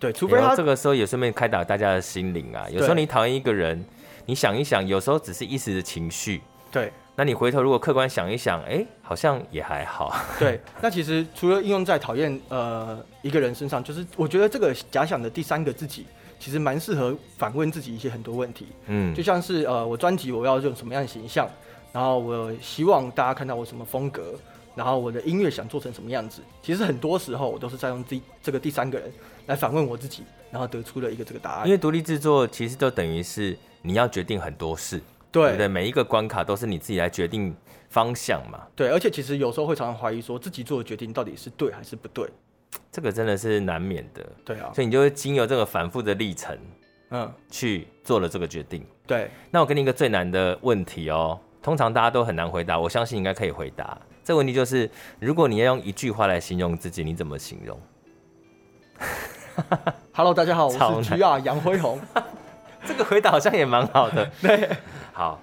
S3: 对，除非
S2: 然
S3: 他
S2: 后这个时候也顺便开导大家的心灵啊。有时候你讨厌一个人，你想一想，有时候只是一时的情绪，
S3: 对
S2: 那你回头如果客观想一想，哎、好像也还好。
S3: 对，那其实除了应用在讨厌呃一个人身上，就是我觉得这个假想的第三个自己，其实蛮适合反问自己一些很多问题，
S2: 嗯
S3: 就，像是呃我专辑我要用什么样的形象，然后我希望大家看到我什么风格，然后我的音乐想做成什么样子。其实很多时候我都是在用第这个第三个人来反问我自己，然后得出了一个这个答
S2: 因
S3: 案。
S2: 为独立制作其实就等于是你要决定很多事，对
S3: 对
S2: 不对？每一个关卡都是你自己来决定方向嘛。
S3: 对，而且其实有时候会常常怀疑说自己做的决定到底是对还是不对。
S2: 这个真的是难免的，
S3: 对 啊，
S2: 所以你就会经由这个反复的历程
S3: 嗯，
S2: 去做了这个决定。
S3: 对，
S2: 那我给你一个最难的问题哦，通常大家都很难回答，我相信你应该可以回答。这个问题就是，如果你要用一句话来形容自己，你怎么形容？
S3: Hello，大家好，我
S2: 超
S3: 是
S2: 难
S3: GR 杨辉宏。
S2: 这个回答好像也蛮好的。
S3: 对，
S2: 好，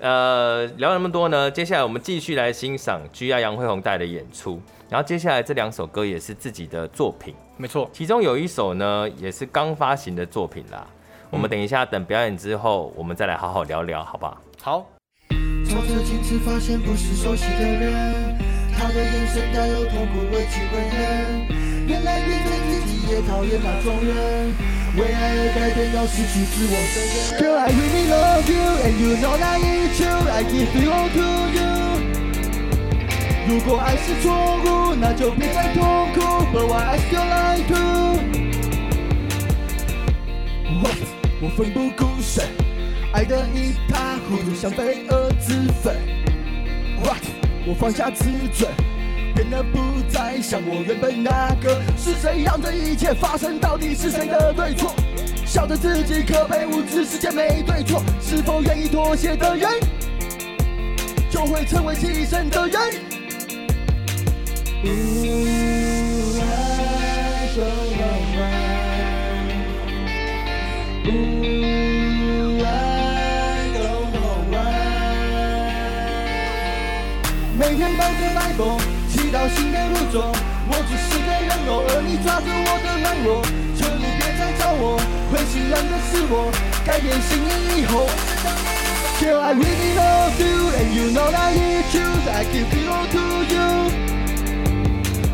S2: 呃，聊了那么多呢，接下来我们继续来欣赏 G R 杨惠红带来的演出。然后接下来这两首歌也是自己的作品，
S3: 没错，
S2: 其中有一首呢也是刚发行的作品啦。我们等一下等表演之后，我们再来好好聊聊，好不好？
S3: 好，
S4: 照着镜子发现不是熟悉的人，他他的眼神带有痛苦委屈为人，原来变成自己也讨厌那种人，为爱而改变要失去自我承认。
S1: Girl, I really love you, and you know that it's true. I give it all to you. 如果爱是错误，那就别再痛苦。But why I still like you? What？我奋不顾身，爱得一塌糊涂，像飞蛾自焚。What？我放下自尊，变得不再像我原本那个。是谁让这一切发生？到底是谁的对错？笑着自己可悲无知，世界没对错。是否愿意妥协的人，就会成为牺牲的人。
S4: Ooh, I don't know why. Ooh, I don't know why.
S1: 每天抱着麦克，祈祷新的入座。我只是个人偶，而你抓住我的软弱。求你别再找我，会心软的是我，改变心意以后。Girl, I really love you, and you know that it's true. I give it all to you.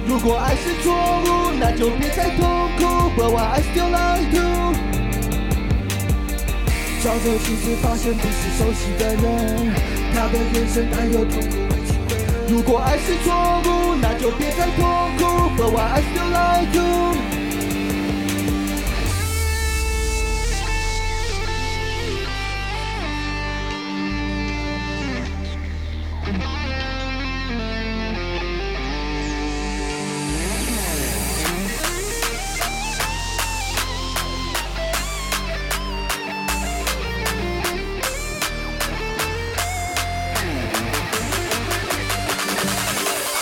S1: 如果爱是错误，那就别再痛苦。But why I still like you.
S4: 装作其实发现不是熟悉的人，他的眼神带有痛苦委屈为何？
S1: 如果爱是错误，那就别再痛苦。But why I still like you？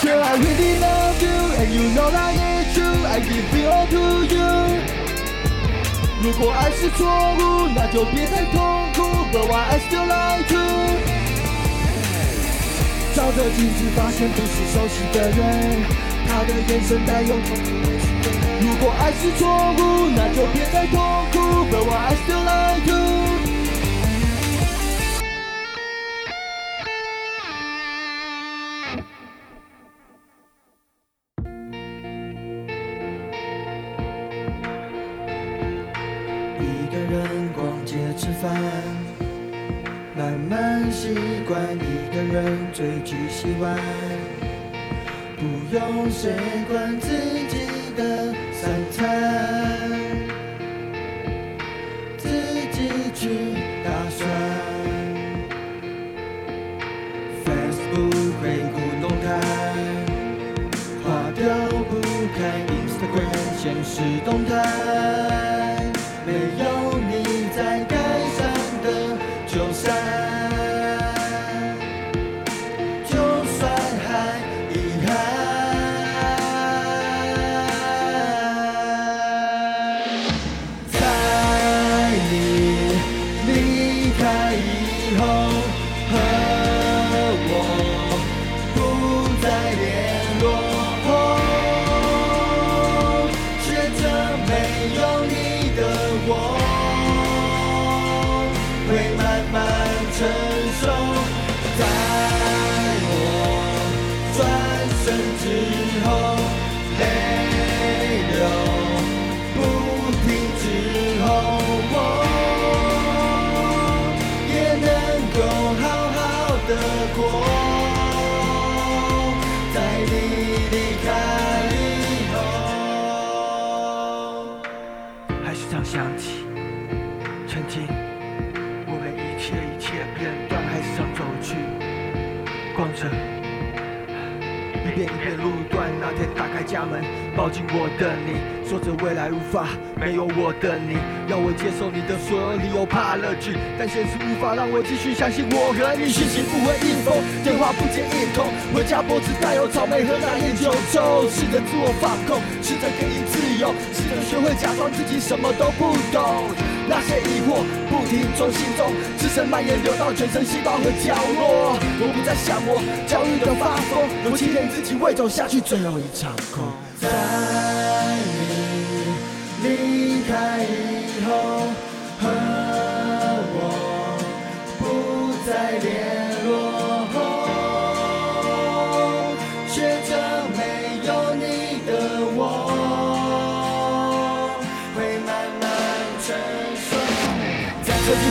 S1: Girl, I really love you, and you know that it's true. I give it all to you. 如果爱是错误，那就别再痛苦。But why I still like you？
S4: 照着镜子发现不是熟悉的人，他的眼神带有痛苦委屈为何？
S1: 如果爱是错误，那就别再痛苦。But why I still like you？
S4: 一个人逛街吃饭，慢慢习惯一个人追剧洗碗，不用谁管自己的三餐，自己去打算。Facebook 会故弄态，划掉不看 Instagram 现实动态，没有你在街上的就算，就算还遗憾，在你离开以后和我。不再联络后，学着没有你的我，会慢慢承受。在我转身之后，泪流不停之后，我也能够好好的过。在你离开以后，
S5: 还是常想起，曾经我们一切一切片段，还是常走去，逛着一遍一遍路段。那天打开家门，抱紧我的你，说着未来无法没有我的你，要我接受你的所有理由，怕乐趣，但现实无法让我继续相信我和你。讯息不回应否，电话不接一通，回家脖子带有草莓和那烟酒臭，试着自我放空，试着给你自由，试着学会假装自己什么都不懂。那些疑惑不停从心中滋生蔓延，流到全身细胞和角落。我不再像我焦虑的发疯，我欺骗自己会走下去，最后一场空。
S4: 在你离开以后，和我不再联络后，学着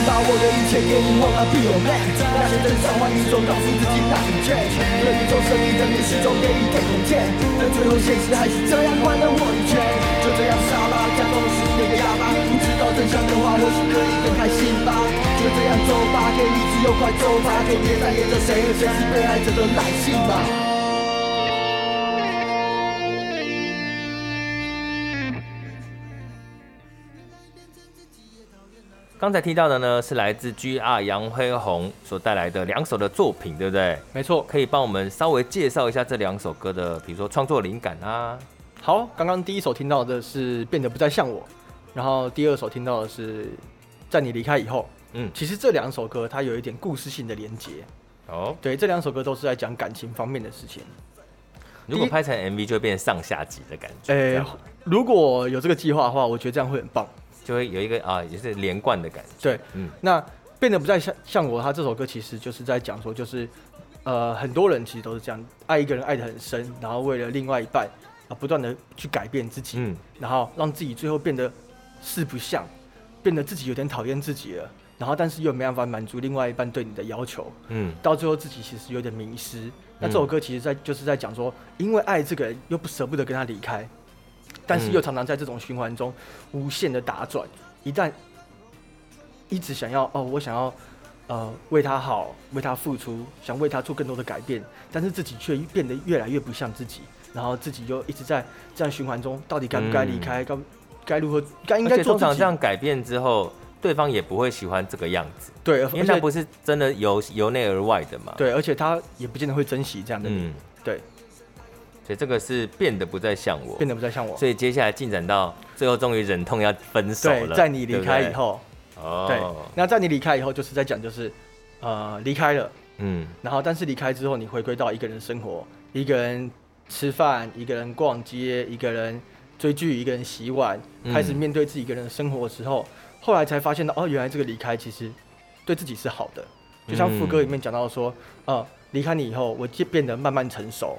S1: 把我的一切给你，Wanna be your man。那些真相换一种告诉自己那很贱，任一种声音在你心中给你点空间，但最后现实还是这样关了我一圈。就这样杀吧，假装是你的哑巴。你知道真相的话，或许可以更开心吧。就这样走吧，给你自由快走吧，就别再演着谁和谁是被害者的耐心吧。
S2: 刚才听到的呢，是来自 G.R. 杨辉宏所带来的两首的作品，对不对？
S3: 没错。
S2: 可以帮我们稍微介绍一下这两首歌的，比如说创作灵感啊。
S3: 好，刚刚第一首听到的是《变得不再像我》，然后第二首听到的是在你离开以后。
S2: 嗯，
S3: 其实这两首歌它有一点故事性的连接，
S2: 哦，
S3: 对，这两首歌都是在讲感情方面的事情。
S2: 如果拍成 MV 就会变上下集的感觉，这
S3: 诶、
S2: 样吗
S3: 如果有这个计划的话，我觉得这样会很棒。
S2: 就会有一个啊，也是连贯的感觉。
S3: 对，
S2: 嗯，
S3: 那变得不再像像我，他这首歌其实就是在讲说，就是呃，很多人其实都是这样，爱一个人爱得很深，然后为了另外一半啊，不断的去改变自己，
S2: 嗯
S3: 然后让自己最后变得四不像，变得自己有点讨厌自己了，然后但是又没办法满足另外一半对你的要求，
S2: 嗯，
S3: 到最后自己其实有点迷失。那这首歌其实在就是在讲说，因为爱这个人又不舍不得跟他离开，但
S2: 嗯
S3: 是又常常在这种循环中无限的打转。一旦一直想要哦，我想要呃为他好，为他付出，想为他做更多的改变，但是自己却变得越来越不像自己，然后自己又一直在这样循环中，到底该不该离开？该、该如何？该应
S2: 嗯而
S3: 该
S2: 且
S3: 做
S2: 通
S3: 自
S2: 常
S3: 己
S2: 这样改变之后，对方也不会喜欢这个样子，
S3: 对，
S2: 因为
S3: 而
S2: 他
S3: 且
S2: 不是真的由由内而外的嘛。，
S3: 对，而且他也不见得会珍惜这样的你，
S2: 嗯，
S3: 对，
S2: 所以这个是变得不再像我
S3: 变，得不再像我。
S2: 所以接下来进展到最后，终于忍痛要分手
S3: 对，
S2: 了。
S3: 在你离
S2: 对不
S3: 开
S2: 对
S3: 以，后。对
S2: 哦，，
S3: 那在你离开以后，就是在讲就是，呃，离开了，
S2: 嗯
S3: 然后但是离开之后，你回归到一个人生活，一个人吃饭，一个人逛街，一个人追剧，一个人洗碗，
S2: 嗯
S3: 开始面对自己一个人的生活的时候，后来才发现到哦，原来这个离开其实对自己是好的，就像副歌里面讲到说，呃，离开你以后，我就变得慢慢成熟，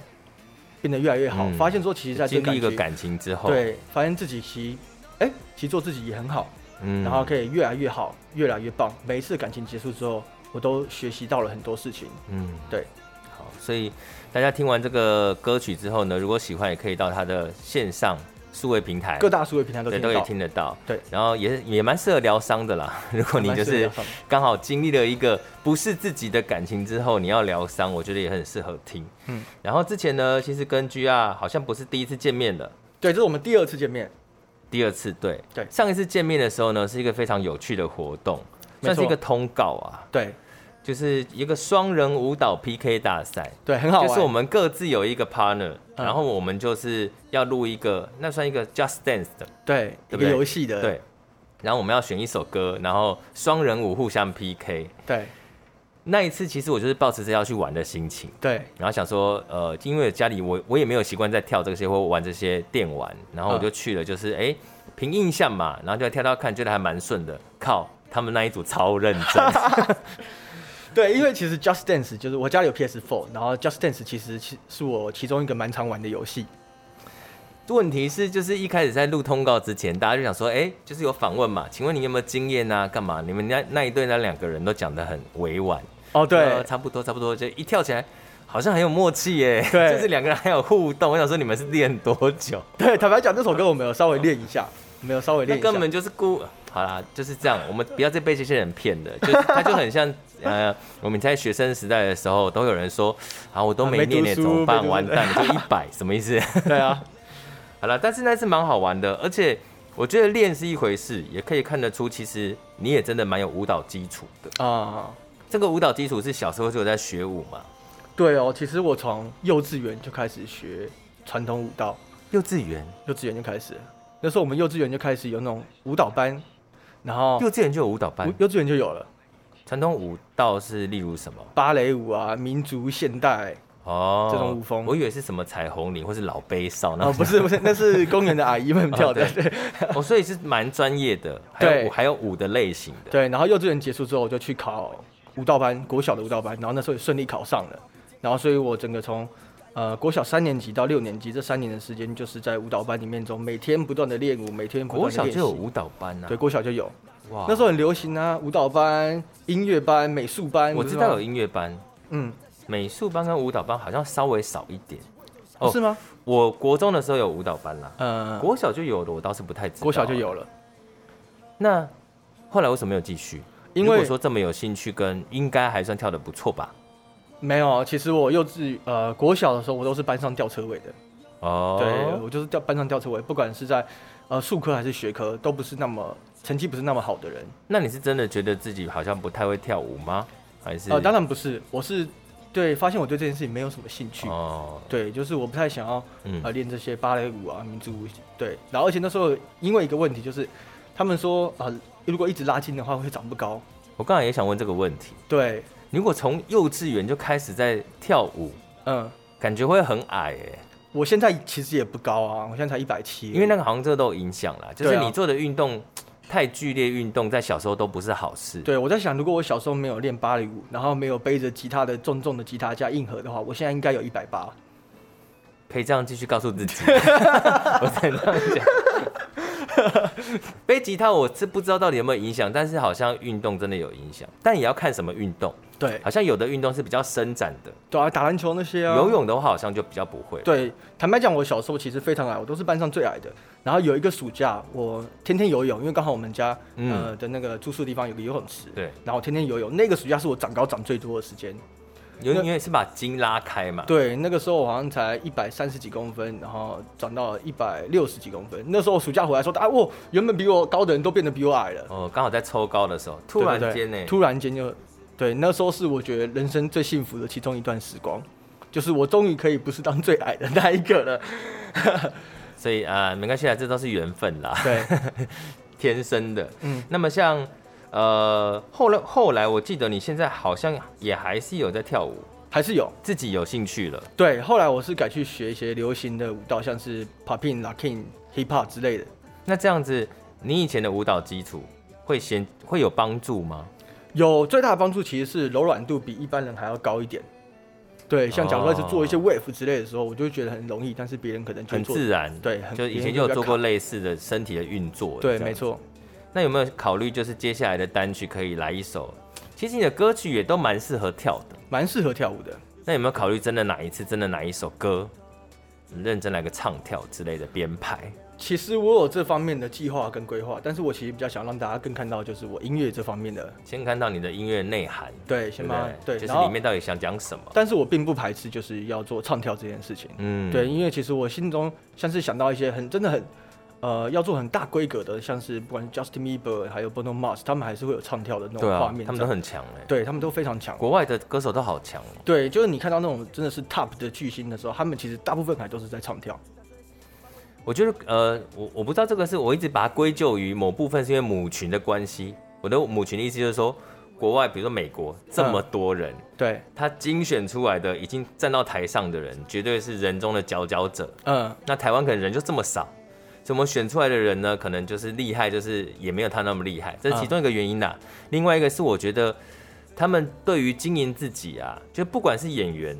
S3: 变得越来越好，
S2: 嗯
S3: 发现说其实在这
S2: 经历一个
S3: 情
S2: 感情之后，，
S3: 对，发现自己其实，哎、其实做自己也很好。
S2: 嗯
S3: 然后可以越来越好，越来越棒。每一次感情结束之后，我都学习到了很多事情。
S2: 嗯，
S3: 对，
S2: 好，所以大家听完这个歌曲之后呢，如果喜欢，也可以到他的线上数位平台
S3: 各大数位平台都
S2: 哎对
S3: 听
S2: 都
S3: 得
S2: 可以
S3: 到。
S2: 听得到。
S3: 对，
S2: 然后也也蛮适合疗伤的啦。 如果你
S3: 蛮
S2: 就
S3: 适合
S2: 是
S3: 疗伤的
S2: 刚好经历了一个不是自己的感情之后，你要疗伤，我觉得也很适合听。嗯
S3: 嗯，
S2: 然后之前呢，其实跟 G R 好像不是第一次见面了。
S3: 对，这是我们第二次见面。
S2: 第二次对
S3: 对
S2: 上一次见面的时候呢，是一个非常有趣的活动，
S3: 没
S2: 算是一
S3: 错
S2: 个通告啊，
S3: 对
S2: 就是一个双人舞蹈 PK 大赛。
S3: 对，很好玩。
S2: 就是我们各自有一个 partner，、
S3: 嗯
S2: 然后我们就是要录一个，那算一个 Just Dance 的，
S3: 对
S2: 对不
S3: 一
S2: 对
S3: 个游戏的。
S2: 对。然后我们要选一首歌，然后双人舞互相 PK。
S3: 对
S2: 那一次其实我就是抱持着要去玩的心情，
S3: 对
S2: 然后想说，呃，因为家里我我也没有习惯在跳这些或玩这些电玩，然后我就去了，就是
S3: 嗯
S2: 哎、凭印象嘛，然后就跳跳看，觉得还蛮顺的。靠，他们那一组超认 真，
S3: 对，因为其实 Just Dance 就是我家里有 PS4，然后 Just Dance 其实其是我其中一个蛮常玩的游戏。
S2: 问题是，就是一开始在录通告之前，大家就想说，哎、就是有访问嘛，请问你有没有经验啊？干嘛？你们那那一对那两个人都讲得很委婉，
S3: 哦，
S2: 呃
S3: 对
S2: 差不多差不多，就一跳起来，好像很有默契耶，
S3: 对
S2: 就是两个人还有互动。我想说，你们是练多久？
S3: 对，坦白讲，这首歌我们有稍微练一下，我们有稍微
S2: 那
S3: 练一下。
S2: 根本就是故好啦，就是这样，我们不要再被这些人骗了，就是他就很像 呃，我们在学生时代的时候，都有人说，啊，我都
S3: 啊
S2: 没
S3: 没
S2: 念
S3: 读
S2: 呢，
S3: 书
S2: 怎么办？
S3: 没读
S2: 完
S3: 书
S2: 蛋，就一百，什么意思？
S3: 对啊，
S2: 好了，但是那是蛮好玩的，而且我觉得练是一回事，也可以看得出，其实你也真的蛮有舞蹈基础的。
S3: 啊、
S2: 这个舞蹈基础是小时候就有在学舞嘛？
S3: 对哦，其实我从幼稚园就开始学传统舞蹈。
S2: 幼稚园，
S3: 幼稚园就开始了，那时候我们幼稚园就开始有那种舞蹈班，然后
S2: 幼稚园就有舞蹈班
S3: 舞，幼稚园就有了
S2: 传统舞蹈是例如什么？
S3: 芭蕾舞啊、民族现代
S2: 哦，
S3: 这种舞风
S2: 我以为是什么彩虹领或是老杯少那
S3: 哦，
S2: 种。
S3: 不是不是，那是公园的阿姨们跳的，
S2: 哦
S3: 对
S2: 哦，所以是蛮专业的，还有
S3: 对
S2: 舞还有舞的类型的。
S3: 对。然后幼稚园结束之后，我就去考舞蹈班，国小的舞蹈班，然后那时候也顺利考上了，然后所以我整个从呃国小三年级到六年级这三年的时间，就是在舞蹈班里面中每天不断的练舞，每天不
S2: 国
S3: 断的
S2: 小
S3: 练
S2: 就有
S3: 习。
S2: 舞蹈班啊
S3: 对，，国小就有，
S2: 哇
S3: 那时候很流行啊，舞蹈班、音乐班、美术班，
S2: 我
S3: 不
S2: 知
S3: 是
S2: 道
S3: 吗
S2: 有音乐班、
S3: 嗯，
S2: 美术班跟舞蹈班好像稍微少一点。哦
S3: 是吗？
S2: 我国中的时候有舞蹈班啦，
S3: 呃，
S2: 国小就有的，我倒是不太知道。啊
S3: 国小就。有了，
S2: 那后来为什么没有继续？
S3: 因
S2: 如
S3: 为
S2: 果说这么有兴趣，跟应该还算跳的不错吧？
S3: 没有，其实我幼稚呃国小的时候，我都是班上吊车尾的。
S2: 哦，
S3: 对，我就是吊班上吊车尾，不管是在呃术科还是学科，都不是那么成绩不是那么好的人。
S2: 那你是真的觉得自己好像不太会跳舞吗？还是
S3: 呃，当然不是，我是对发现我对这件事情没有什么兴趣。
S2: 哦，
S3: 对，就是我不太想要
S2: 嗯
S3: 呃练这些芭蕾舞啊、民族舞。对，然后而且那时候因为一个问题就是，他们说啊、呃如果一直拉筋的话会长不高。
S2: 我刚才也想问这个问题。
S3: 对，
S2: 如果从幼稚园就开始在跳舞，
S3: 嗯，
S2: 感觉会很矮哎、
S3: 我现在其实也不高啊，我现在才一百七。
S2: 因为那个好像这都有影响啦，就
S3: 对
S2: 是
S3: 啊
S2: 你做的运动、太剧烈，运动在小时候都不是好事。，
S3: 对，我在想，如果我小时候没有练芭蕾舞，然后没有背着吉他的重重的吉他架硬核的话，我现在应该有一百八。
S2: 可以这样继续告诉自 己，我才这样讲。 背吉他我是不知道到底有没有影响，但是好像运动真的有影响，但也要看什么运动。
S3: 对，
S2: 好像有的运动是比较伸展的，
S3: 对啊，打篮球那些啊，
S2: 啊游。泳的话好像就比较不会。，
S3: 对，坦白讲，我小时候其实非常矮，我都是班上最矮的。然后有一个暑假，我天天游泳，因为刚好我们家、
S2: 嗯
S3: 呃的那个住宿地方有个游泳池，
S2: 对啊
S3: 然后我天天游泳。那个暑假是我长高长最多的时间。
S2: 有因为是把筋拉开嘛。，
S3: 对，那个时候我好像才一百三十几公分，然后长到一百六十几公分。那时候我暑假回来说，啊，我原本比我高的人都变得比我矮了。
S2: 哦，刚好在抽高的时候，突
S3: 对对
S2: 然
S3: 对
S2: 间呢，
S3: 突然间就，对，那时候是我觉得人生最幸福的其中一段时光，就是我终于可以不是当最矮的那一个 了。
S2: 所以啊、呃没关系啦，这都是缘分啦。
S3: 对，
S2: 天生的。嗯
S3: 嗯，
S2: 那么像呃后来后来，我记得你现在好像也还是有在跳舞，
S3: 还是有。
S2: 自己有兴趣了。
S3: 对，后来我是改去学一些流行的舞蹈，像是 popping、locking、hip hop 之类的。
S2: 那这样子，你以前的舞蹈基础会先会有帮助吗？
S3: 有最大的帮助其实是柔软度比一般人还要高一点。对，像假如说是做一些 wave 之类的时候，我就会觉得很容易，但是别人可能就
S2: 很
S3: 做
S2: 自然，
S3: 对很
S2: 就以前
S3: 别人
S2: 就有
S3: 比较
S2: 做过
S3: 卡
S2: 类似的身体的运作。
S3: 对，
S2: 这样
S3: 没。错。
S2: 那有没有考虑就是接下来的单曲可以来一首？其实你的歌曲也都蛮适合跳的。
S3: 蛮适合跳舞的。
S2: 那有没有考虑真的哪一次真的哪一首歌，认真来个唱跳之类的编排？
S3: 其实我有这方面的计划跟规划，但是我其实比较想让大家更看到就是我音乐这方面的，
S2: 先看到你的音乐内涵，
S3: 对，先
S2: 对不
S3: 把
S2: 对？
S3: 对，
S2: 就是
S3: 然后
S2: 里面到底想讲什么？
S3: 但是我并不排斥就是要做唱跳这件事情。
S2: 嗯，
S3: 对，，因为其实我心中像是想到一些很真的很，呃，要做很大规格的，像是不管是 Justin Bieber 还有 Bruno Mars，他们还是会有唱跳的那
S2: 对
S3: 种画
S2: 啊
S3: 面，
S2: 他
S3: 在、
S2: 们都很强哎、
S3: 对他们都非常强。
S2: 国外的歌手都好强哦、
S3: 对，就是你看到那种真的是 top 的巨星的时候，他们其实大部分还都是在唱跳。
S2: 我觉得呃，我我不知道这个是我一直把它归咎于某部分是因为母群的关系。我的母群的意思就是说，国外比如说美国这么多人，
S3: 对，
S2: 他精选出来的已经站到台上的人，绝对是人中的佼佼者。
S3: 嗯，
S2: 那台湾可能人就这么少，所以我们选出来的人呢，可能就是厉害，就是也没有他那么厉害，这是
S3: 嗯
S2: 其中一个原因啦。另外一个是我觉得他们对于经营自己啊，就不管是演员，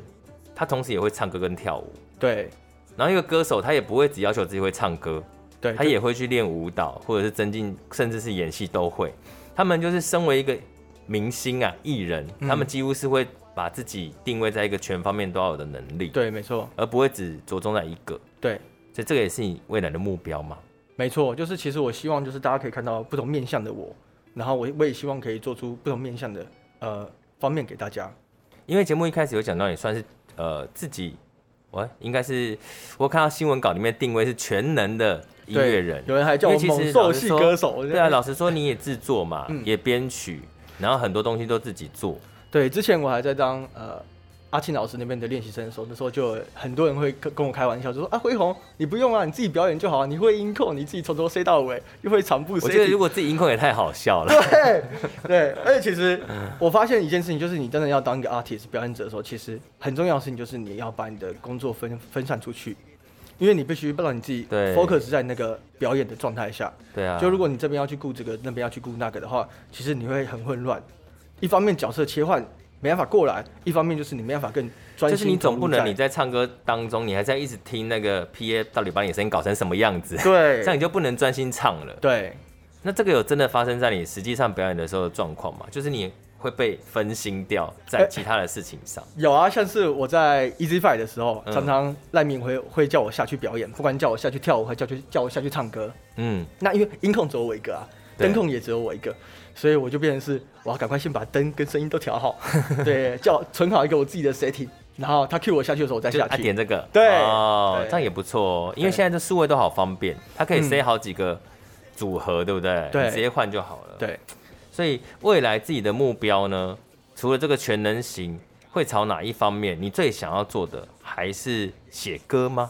S2: 他同时也会唱歌跟跳舞。
S3: 对，
S2: 然后一个歌手，他也不会只要求自己会唱歌，
S3: 对，
S2: 他
S3: 就
S2: 也会去练舞蹈，或者是增进，甚至是演戏都会。他们就是身为一个明星啊，艺人，
S3: 嗯
S2: 他们几乎是会把自己定位在一个全方面都要有的能力，
S3: 对，没错，
S2: 而不会只着重在一个。
S3: 对，
S2: 所以这个也是你未来的目标嘛？
S3: 没错，就是其实我希望就是大家可以看到不同面向的我，然后我我也希望可以做出不同面向的呃方面给大家。
S2: 因为节目一开始有讲到，你算是呃自己，我应该是我看到新闻稿里面定位是全能的音
S3: 对
S2: 乐人，
S3: 有人还叫我
S2: 因为其实
S3: 猛兽
S2: 老实
S3: 系
S2: 说
S3: 歌手，
S2: 对啊，老实说你也制作嘛，
S3: 嗯
S2: 也编曲，然后很多东西都自己做，
S3: 对，之前我还在当呃阿庆老师那边的练习生的时候，那时候就有很多人会跟跟我开玩笑，就说啊辉宏你不用啊，你自己表演就好啊，你会音控，你自己从头塞到尾，又会长步
S2: 我
S3: 塞
S2: 觉得
S3: 体。
S2: 如果自己音控也太好笑了。
S3: 对 对，而且其实
S2: 嗯
S3: 我发现一件事情，就是你真的要当一个 artist 表演者的时候，其实很重要的事情就是你要把你的工作分分散出去，因为你必须让你自己
S2: 对
S3: focus 在那个表演的状态下。
S2: 对啊，
S3: 就如果你这边要去顾这个，那边要去顾那个的话，其实你会很混乱。一方面角色切换没办法过来，一方面就是你没办法更专
S2: 就
S3: 心。
S2: 是你总不能你在唱歌当中，你还在一直听那个 P A 到底把你声音搞成什么样子，
S3: 对
S2: 这样你就不能专心唱了。
S3: 对
S2: 那这个有真的发生在你实际上表演的时候的状况吗？就是你会被分心掉在
S3: 呃
S2: 其他的事情上，
S3: 有啊，像是我在 Easy Five 的时候，
S2: 嗯
S3: 常常赖明辉会叫我下去表演，不管叫我下去跳舞，还叫去叫我下去唱歌。
S2: 嗯，
S3: 那因为音控只有我一个啊，
S2: 对
S3: 灯控也只有我一个，所以我就变成是我要赶快先把灯跟声音都 调好，对，叫存好一个我自己的 setting，然后他 cue 我下去的时候我再
S2: 就
S3: 下
S2: 啊
S3: 去
S2: 点。这个，
S3: 对
S2: 哦，
S3: 对
S2: 这样也不错哦，因为
S3: 对
S2: 现在这数位都好方便，它可以
S3: 嗯
S2: 塞好几个组合，对不对？
S3: 对
S2: 你直接换就好了。，
S3: 对，
S2: 所以未来自己的目标呢，除了这个全能型，会朝哪一方面？你最想要做的还是写歌吗？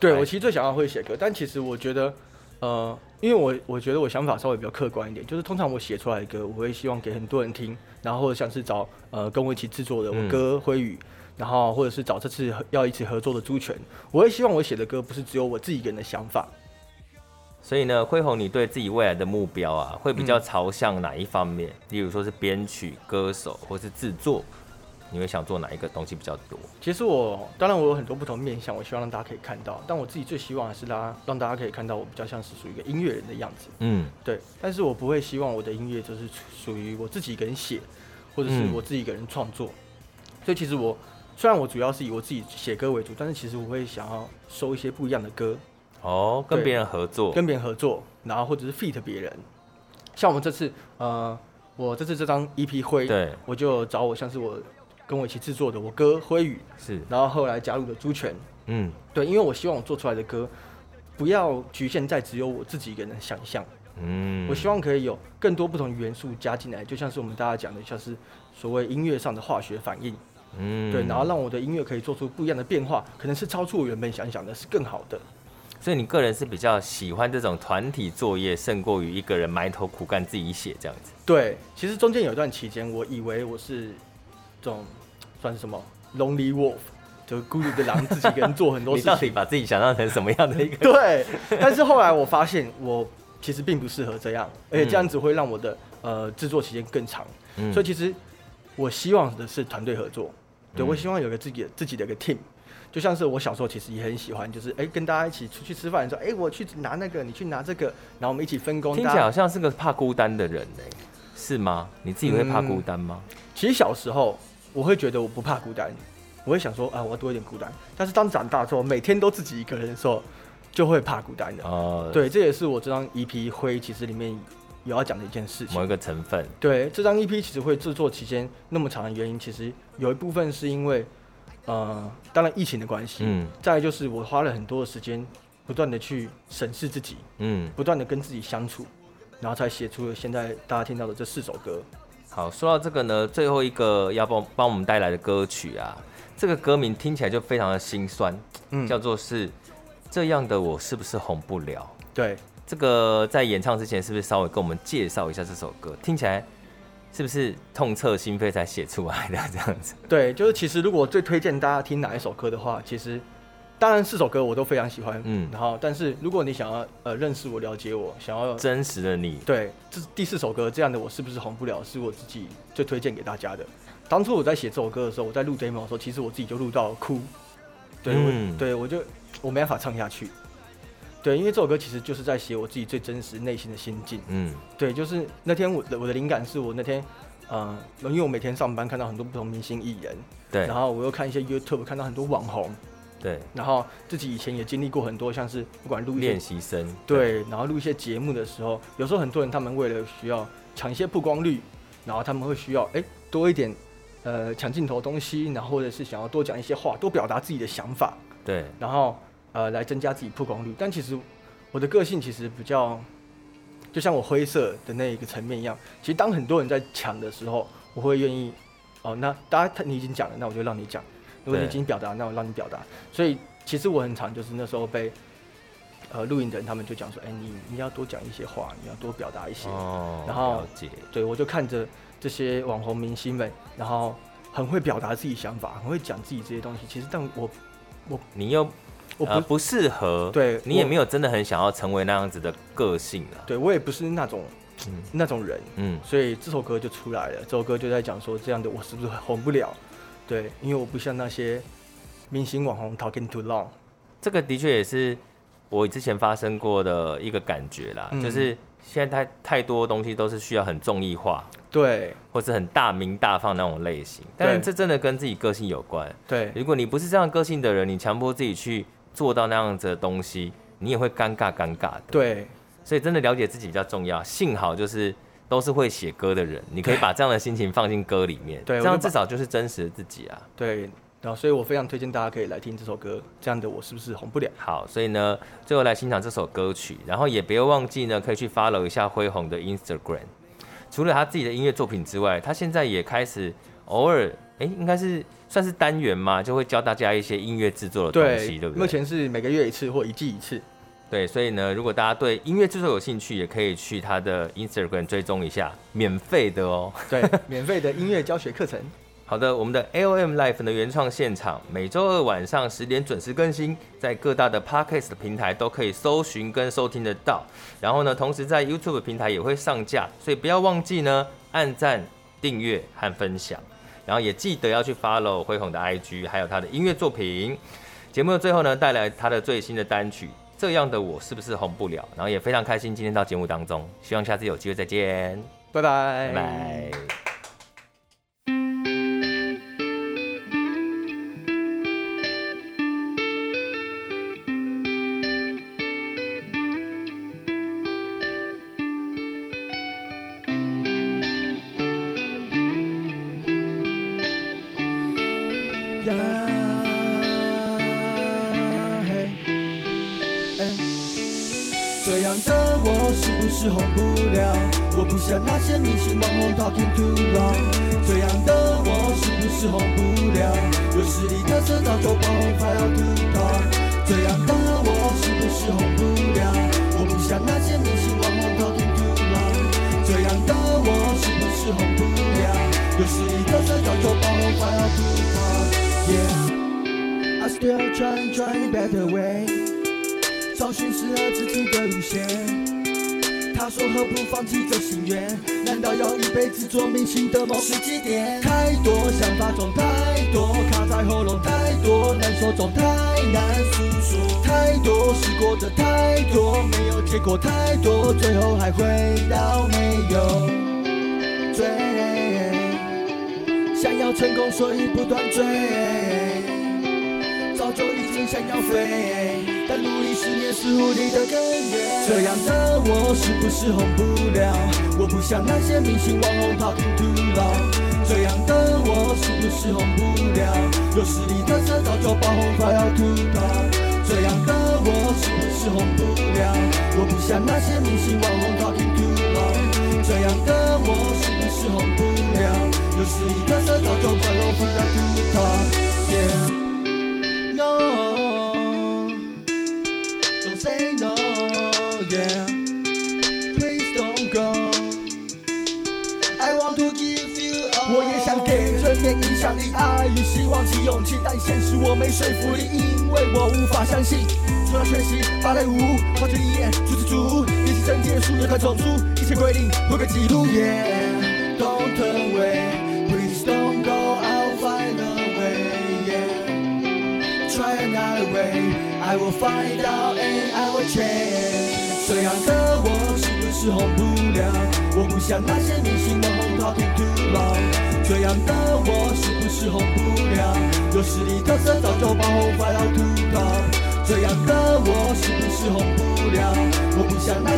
S3: 对
S2: 哎
S3: 我其实最想要会写歌，但其实我觉得，呃，因为我我觉得我想法稍微比较客观一点，就是通常我写出来的歌，我会希望给很多人听，然后或者像是找呃跟我一起制作的
S2: 嗯
S3: 我哥辉宇，然后或者是找这次合要一起合作的朱权，我会希望我写的歌不是只有我自己一个人的想法，
S2: 所以呢，辉宏，你对自己未来的目标啊，会比
S3: 嗯
S2: 较朝向哪一方面？例如说是编曲、歌手，或是制作，你会想做哪一个东西比较多？
S3: 其实我当然我有很多不同面向，我希望让大家可以看到，但我自己最希望还是让让大家可以看到我比较像是属于一个音乐人的样子，
S2: 嗯，
S3: 对。但是我不会希望我的音乐就是属属于我自己一个人写，或者是
S2: 嗯
S3: 我自己一个人创作。所以其实我虽然我主要是以我自己写歌为主，但是其实我会想要收一些不一样的歌，
S2: 哦，跟
S3: 对
S2: 别人合作，
S3: 跟别人合作，然后或者是 feat 别人。像我们这次，呃，我这次这张 EP 灰，
S2: 对，
S3: 我就找我像是我跟我一起制作的我哥辉宇，
S2: 是，
S3: 然后后来加入了朱权。
S2: 嗯
S3: 对，因为我希望我做出来的歌不要局限在只有我自己一个人的想象，
S2: 嗯，
S3: 我希望可以有更多不同元素加进来，就像是我们大家讲的，像是所谓音乐上的化学反应，
S2: 嗯
S3: 对，然后让我的音乐可以做出不一样的变化，可能是超出我原本想想的，是更好的。
S2: 所以你个人是比较喜欢这种团体作业，胜过于一个人埋头苦干自己写这样子。
S3: 对，其实中间有一段期间，我以为我是这种算是什么 lonely wolf，就是孤独的狼，自己一个人做很多
S2: 你
S3: 事
S2: 到底
S3: 情。
S2: 把自己想象成什么样的 一个？
S3: 对，但是后来我发现我其实并不适合这样，而且这样子会让我的呃制作期间更长。
S2: 嗯
S3: 所以其实我希望的是团队合作，对、
S2: 嗯
S3: 我希望有个自己的自己的一个 team，就像是我小时候其实也很喜欢，就是哎、跟大家一起出去吃饭的时候，哎、我去拿那个，你去拿这个，然后我们一起分工。
S2: 听
S3: 大
S2: 起来
S3: 家
S2: 好像是个怕孤单的人呢、是吗？你自己会怕孤单吗？
S3: 其实小时候我会觉得我不怕孤单，我会想说啊，我要多一点孤单。但是当长大之后，每天都自己一个人的时候，就会怕孤单的。
S2: 哦，，
S3: 嗯对，这也是我这张 E EP 灰其实里面有要讲的一件事情
S2: 某。一个成分，
S3: 对，这张 EP 其实会制作期间那么长的原因，其实有一部分是因为，呃，当然疫情的关系，
S2: 嗯
S3: 再来就是我花了很多的时间，不断的去审视自己，
S2: 嗯。
S3: 不断的跟自己相处，然后才写出了现在大家听到的这四首歌。
S2: 好，说到这个呢，最后一个要帮帮我们带来的歌曲啊，这个歌名听起来就非常的心酸，
S3: 嗯
S2: 叫做是这样的我是不是红不了？
S3: 对，
S2: 这个在演唱之前是不是稍微跟我们介绍一下这首歌？听起来是不是痛彻心扉才写出来的这样 子？
S3: 对，就是其实如果最推荐大家听哪一首歌的话，其实当然四首歌我都非常喜欢，
S2: 嗯
S3: 嗯，然后但是如果你想要呃认识我、了解我，想要
S2: 真实的你，
S3: 对，这是第四首歌，这样的我是不是红不了，是我自己最推荐给大家的。当初我在写这首歌的时候，我在录 demo 的时候，其实我自己就录到哭，对，
S2: 嗯
S3: 我对我就我没办法唱下去，对，因为这首歌其实就是在写我自己最真实内心的心境。
S2: 嗯
S3: 对，就是那天我的我的灵感是我那天，呃，因为我每天上班看到很多不同明星艺人，
S2: 对
S3: 然后我又看一些 YouTube，看到很多网红，
S2: 对，
S3: 然后自己以前也经历过很多，像是不管录一些
S2: 练习生，
S3: 对，然后录一些节目的时候，有时候很多人他们为了需要抢一些曝光率，然后他们会需要哎多一点呃抢镜头的东西，然后或者是想要多讲一些话，多表达自己的想法，
S2: 对，
S3: 然后呃来增加自己曝光率。但其实我的个性其实比较，就像我灰色的那一个层面一样，其实当很多人在抢的时候，我会愿意哦，那大家他你已经讲了，那我就让你讲；如果
S2: 对
S3: 你已经表达，那我让你表达。所以其实我很常就是那时候被。呃，录影的人他们就讲说，哎、你你要多讲一些话，你要多表达一些。
S2: 哦，
S3: 然后
S2: 了解，
S3: 对我就看着这些网红明星们，然后很会表达自己想法，很会讲自己这些东西。其实，但我
S2: 你又
S3: 我不
S2: 呃不适合，
S3: 对
S2: 你也
S3: 我
S2: 没有真的很想要成为那样子的个性啊，
S3: 对我也不是那种、那种人，
S2: 嗯
S3: 所以这首歌就出来了。这首歌就在讲说，这样的我是不是红不了？对，因为我不像那些明星网红 talking too long。
S2: 这个的确也是我之前发生过的一个感觉啦，
S3: 嗯
S2: 就是现在太太多东西都是需要很综艺化，
S3: 对
S2: 或是很大名大放那种类型。但是
S3: 对
S2: 这真的跟自己个性有关。
S3: 对
S2: 如果你不是这样个性的人，你强迫自己去做到那样子的东西，你也会尴尬尴尬的。
S3: 对
S2: 所以真的了解自己比较重要。幸好就是都是会写歌的人，你可以把这样的心情放进歌里面，
S3: 对
S2: 这
S3: 我
S2: 样
S3: 就把
S2: 至少就是真实的自己啊。
S3: 对，然后所以我非常推荐大家可以来听这首歌，这样的我是不是红不了？
S2: 好，所以呢，最后来欣赏这首歌曲，然后也别忘记呢，可以去 follow 一下恢宏的 Instagram。除了他自己的音乐作品之外，他现在也开始偶尔，哎、应该是算是单元嘛，就会教大家一些音乐制作的东西，对不
S3: 目
S2: 对？
S3: 前是每个月一次或一季一次。
S2: 对，所以呢，如果大家对音乐制作有兴趣，也可以去他的 Instagram 追踪一下，免费的哦。
S3: 对，免费的音乐教学课程。
S2: 好的，我们的 A O M Life 的原创现场每周二晚上十点准时更新，在各大的 Podcast 平台都可以搜寻跟收听得到。然后呢，同时在 YouTube 平台也会上架，所以不要忘记呢按赞、订阅和分享。然后也记得要去 follow 恢宏的 IG，还有他的音乐作品。节目的最后呢，带来他的最新的单曲《这样的我是不是红不了》，然后也非常开心今天到节目当中，希望下次有机会再见，
S3: 拜
S2: 拜
S3: 拜，
S2: 拜。
S4: 呀嘿，哎，这样的我是不是红不了？我不像那些明星网红 talking too long。这样的我是不是红不了？有实力的迟早就爆红，还要吐槽。这样的我是不是红不了？我不像那些明星网红 talking too long。这样的我是不是红不了？有实力的迟早就爆红，还要吐槽。Yeah。I still trying, trying better way，找寻适合自己的路线。他说何不放弃这心愿？难道要一辈子做明星的梦是起点？太多想法总太多，卡在喉咙太多，难说总太难诉说。太多试过的太多，没有结果太多，最后还回到没有追。想要成功，所以不断追。早就已经想要飞，但努力十年是无力的根源。这样的我是不是红不了？我不像那些明星网红 talking too long。这样的我是不是红不了？有实力的车早就爆红，快要秃头。这样的我是不是红不了？我不像那些明星网红 talking too long。这样的我是不是红不了？有实力的车早就快要快要秃头。Yeah. no. Don't say no, yeah. Please don't go. I want to give you all.
S1: 我也想给人面影响力、爱与希望及勇气，但现实我没说服力，因为我无法相信。除了学习芭蕾舞，话剧一演就是主，练习整结束又看重出，一切规定会被记录。
S4: Yeah, don't turn away. Please don't go. I'll find a way. Yeah, try another way. I will find out and I will change. 这样的我是不是红不了？我不像那些明星网红 talking too long。这样的我是不是红不了？有实力的人早就爆红，快要秃头。这样的我是不是红不了？我不像那。些。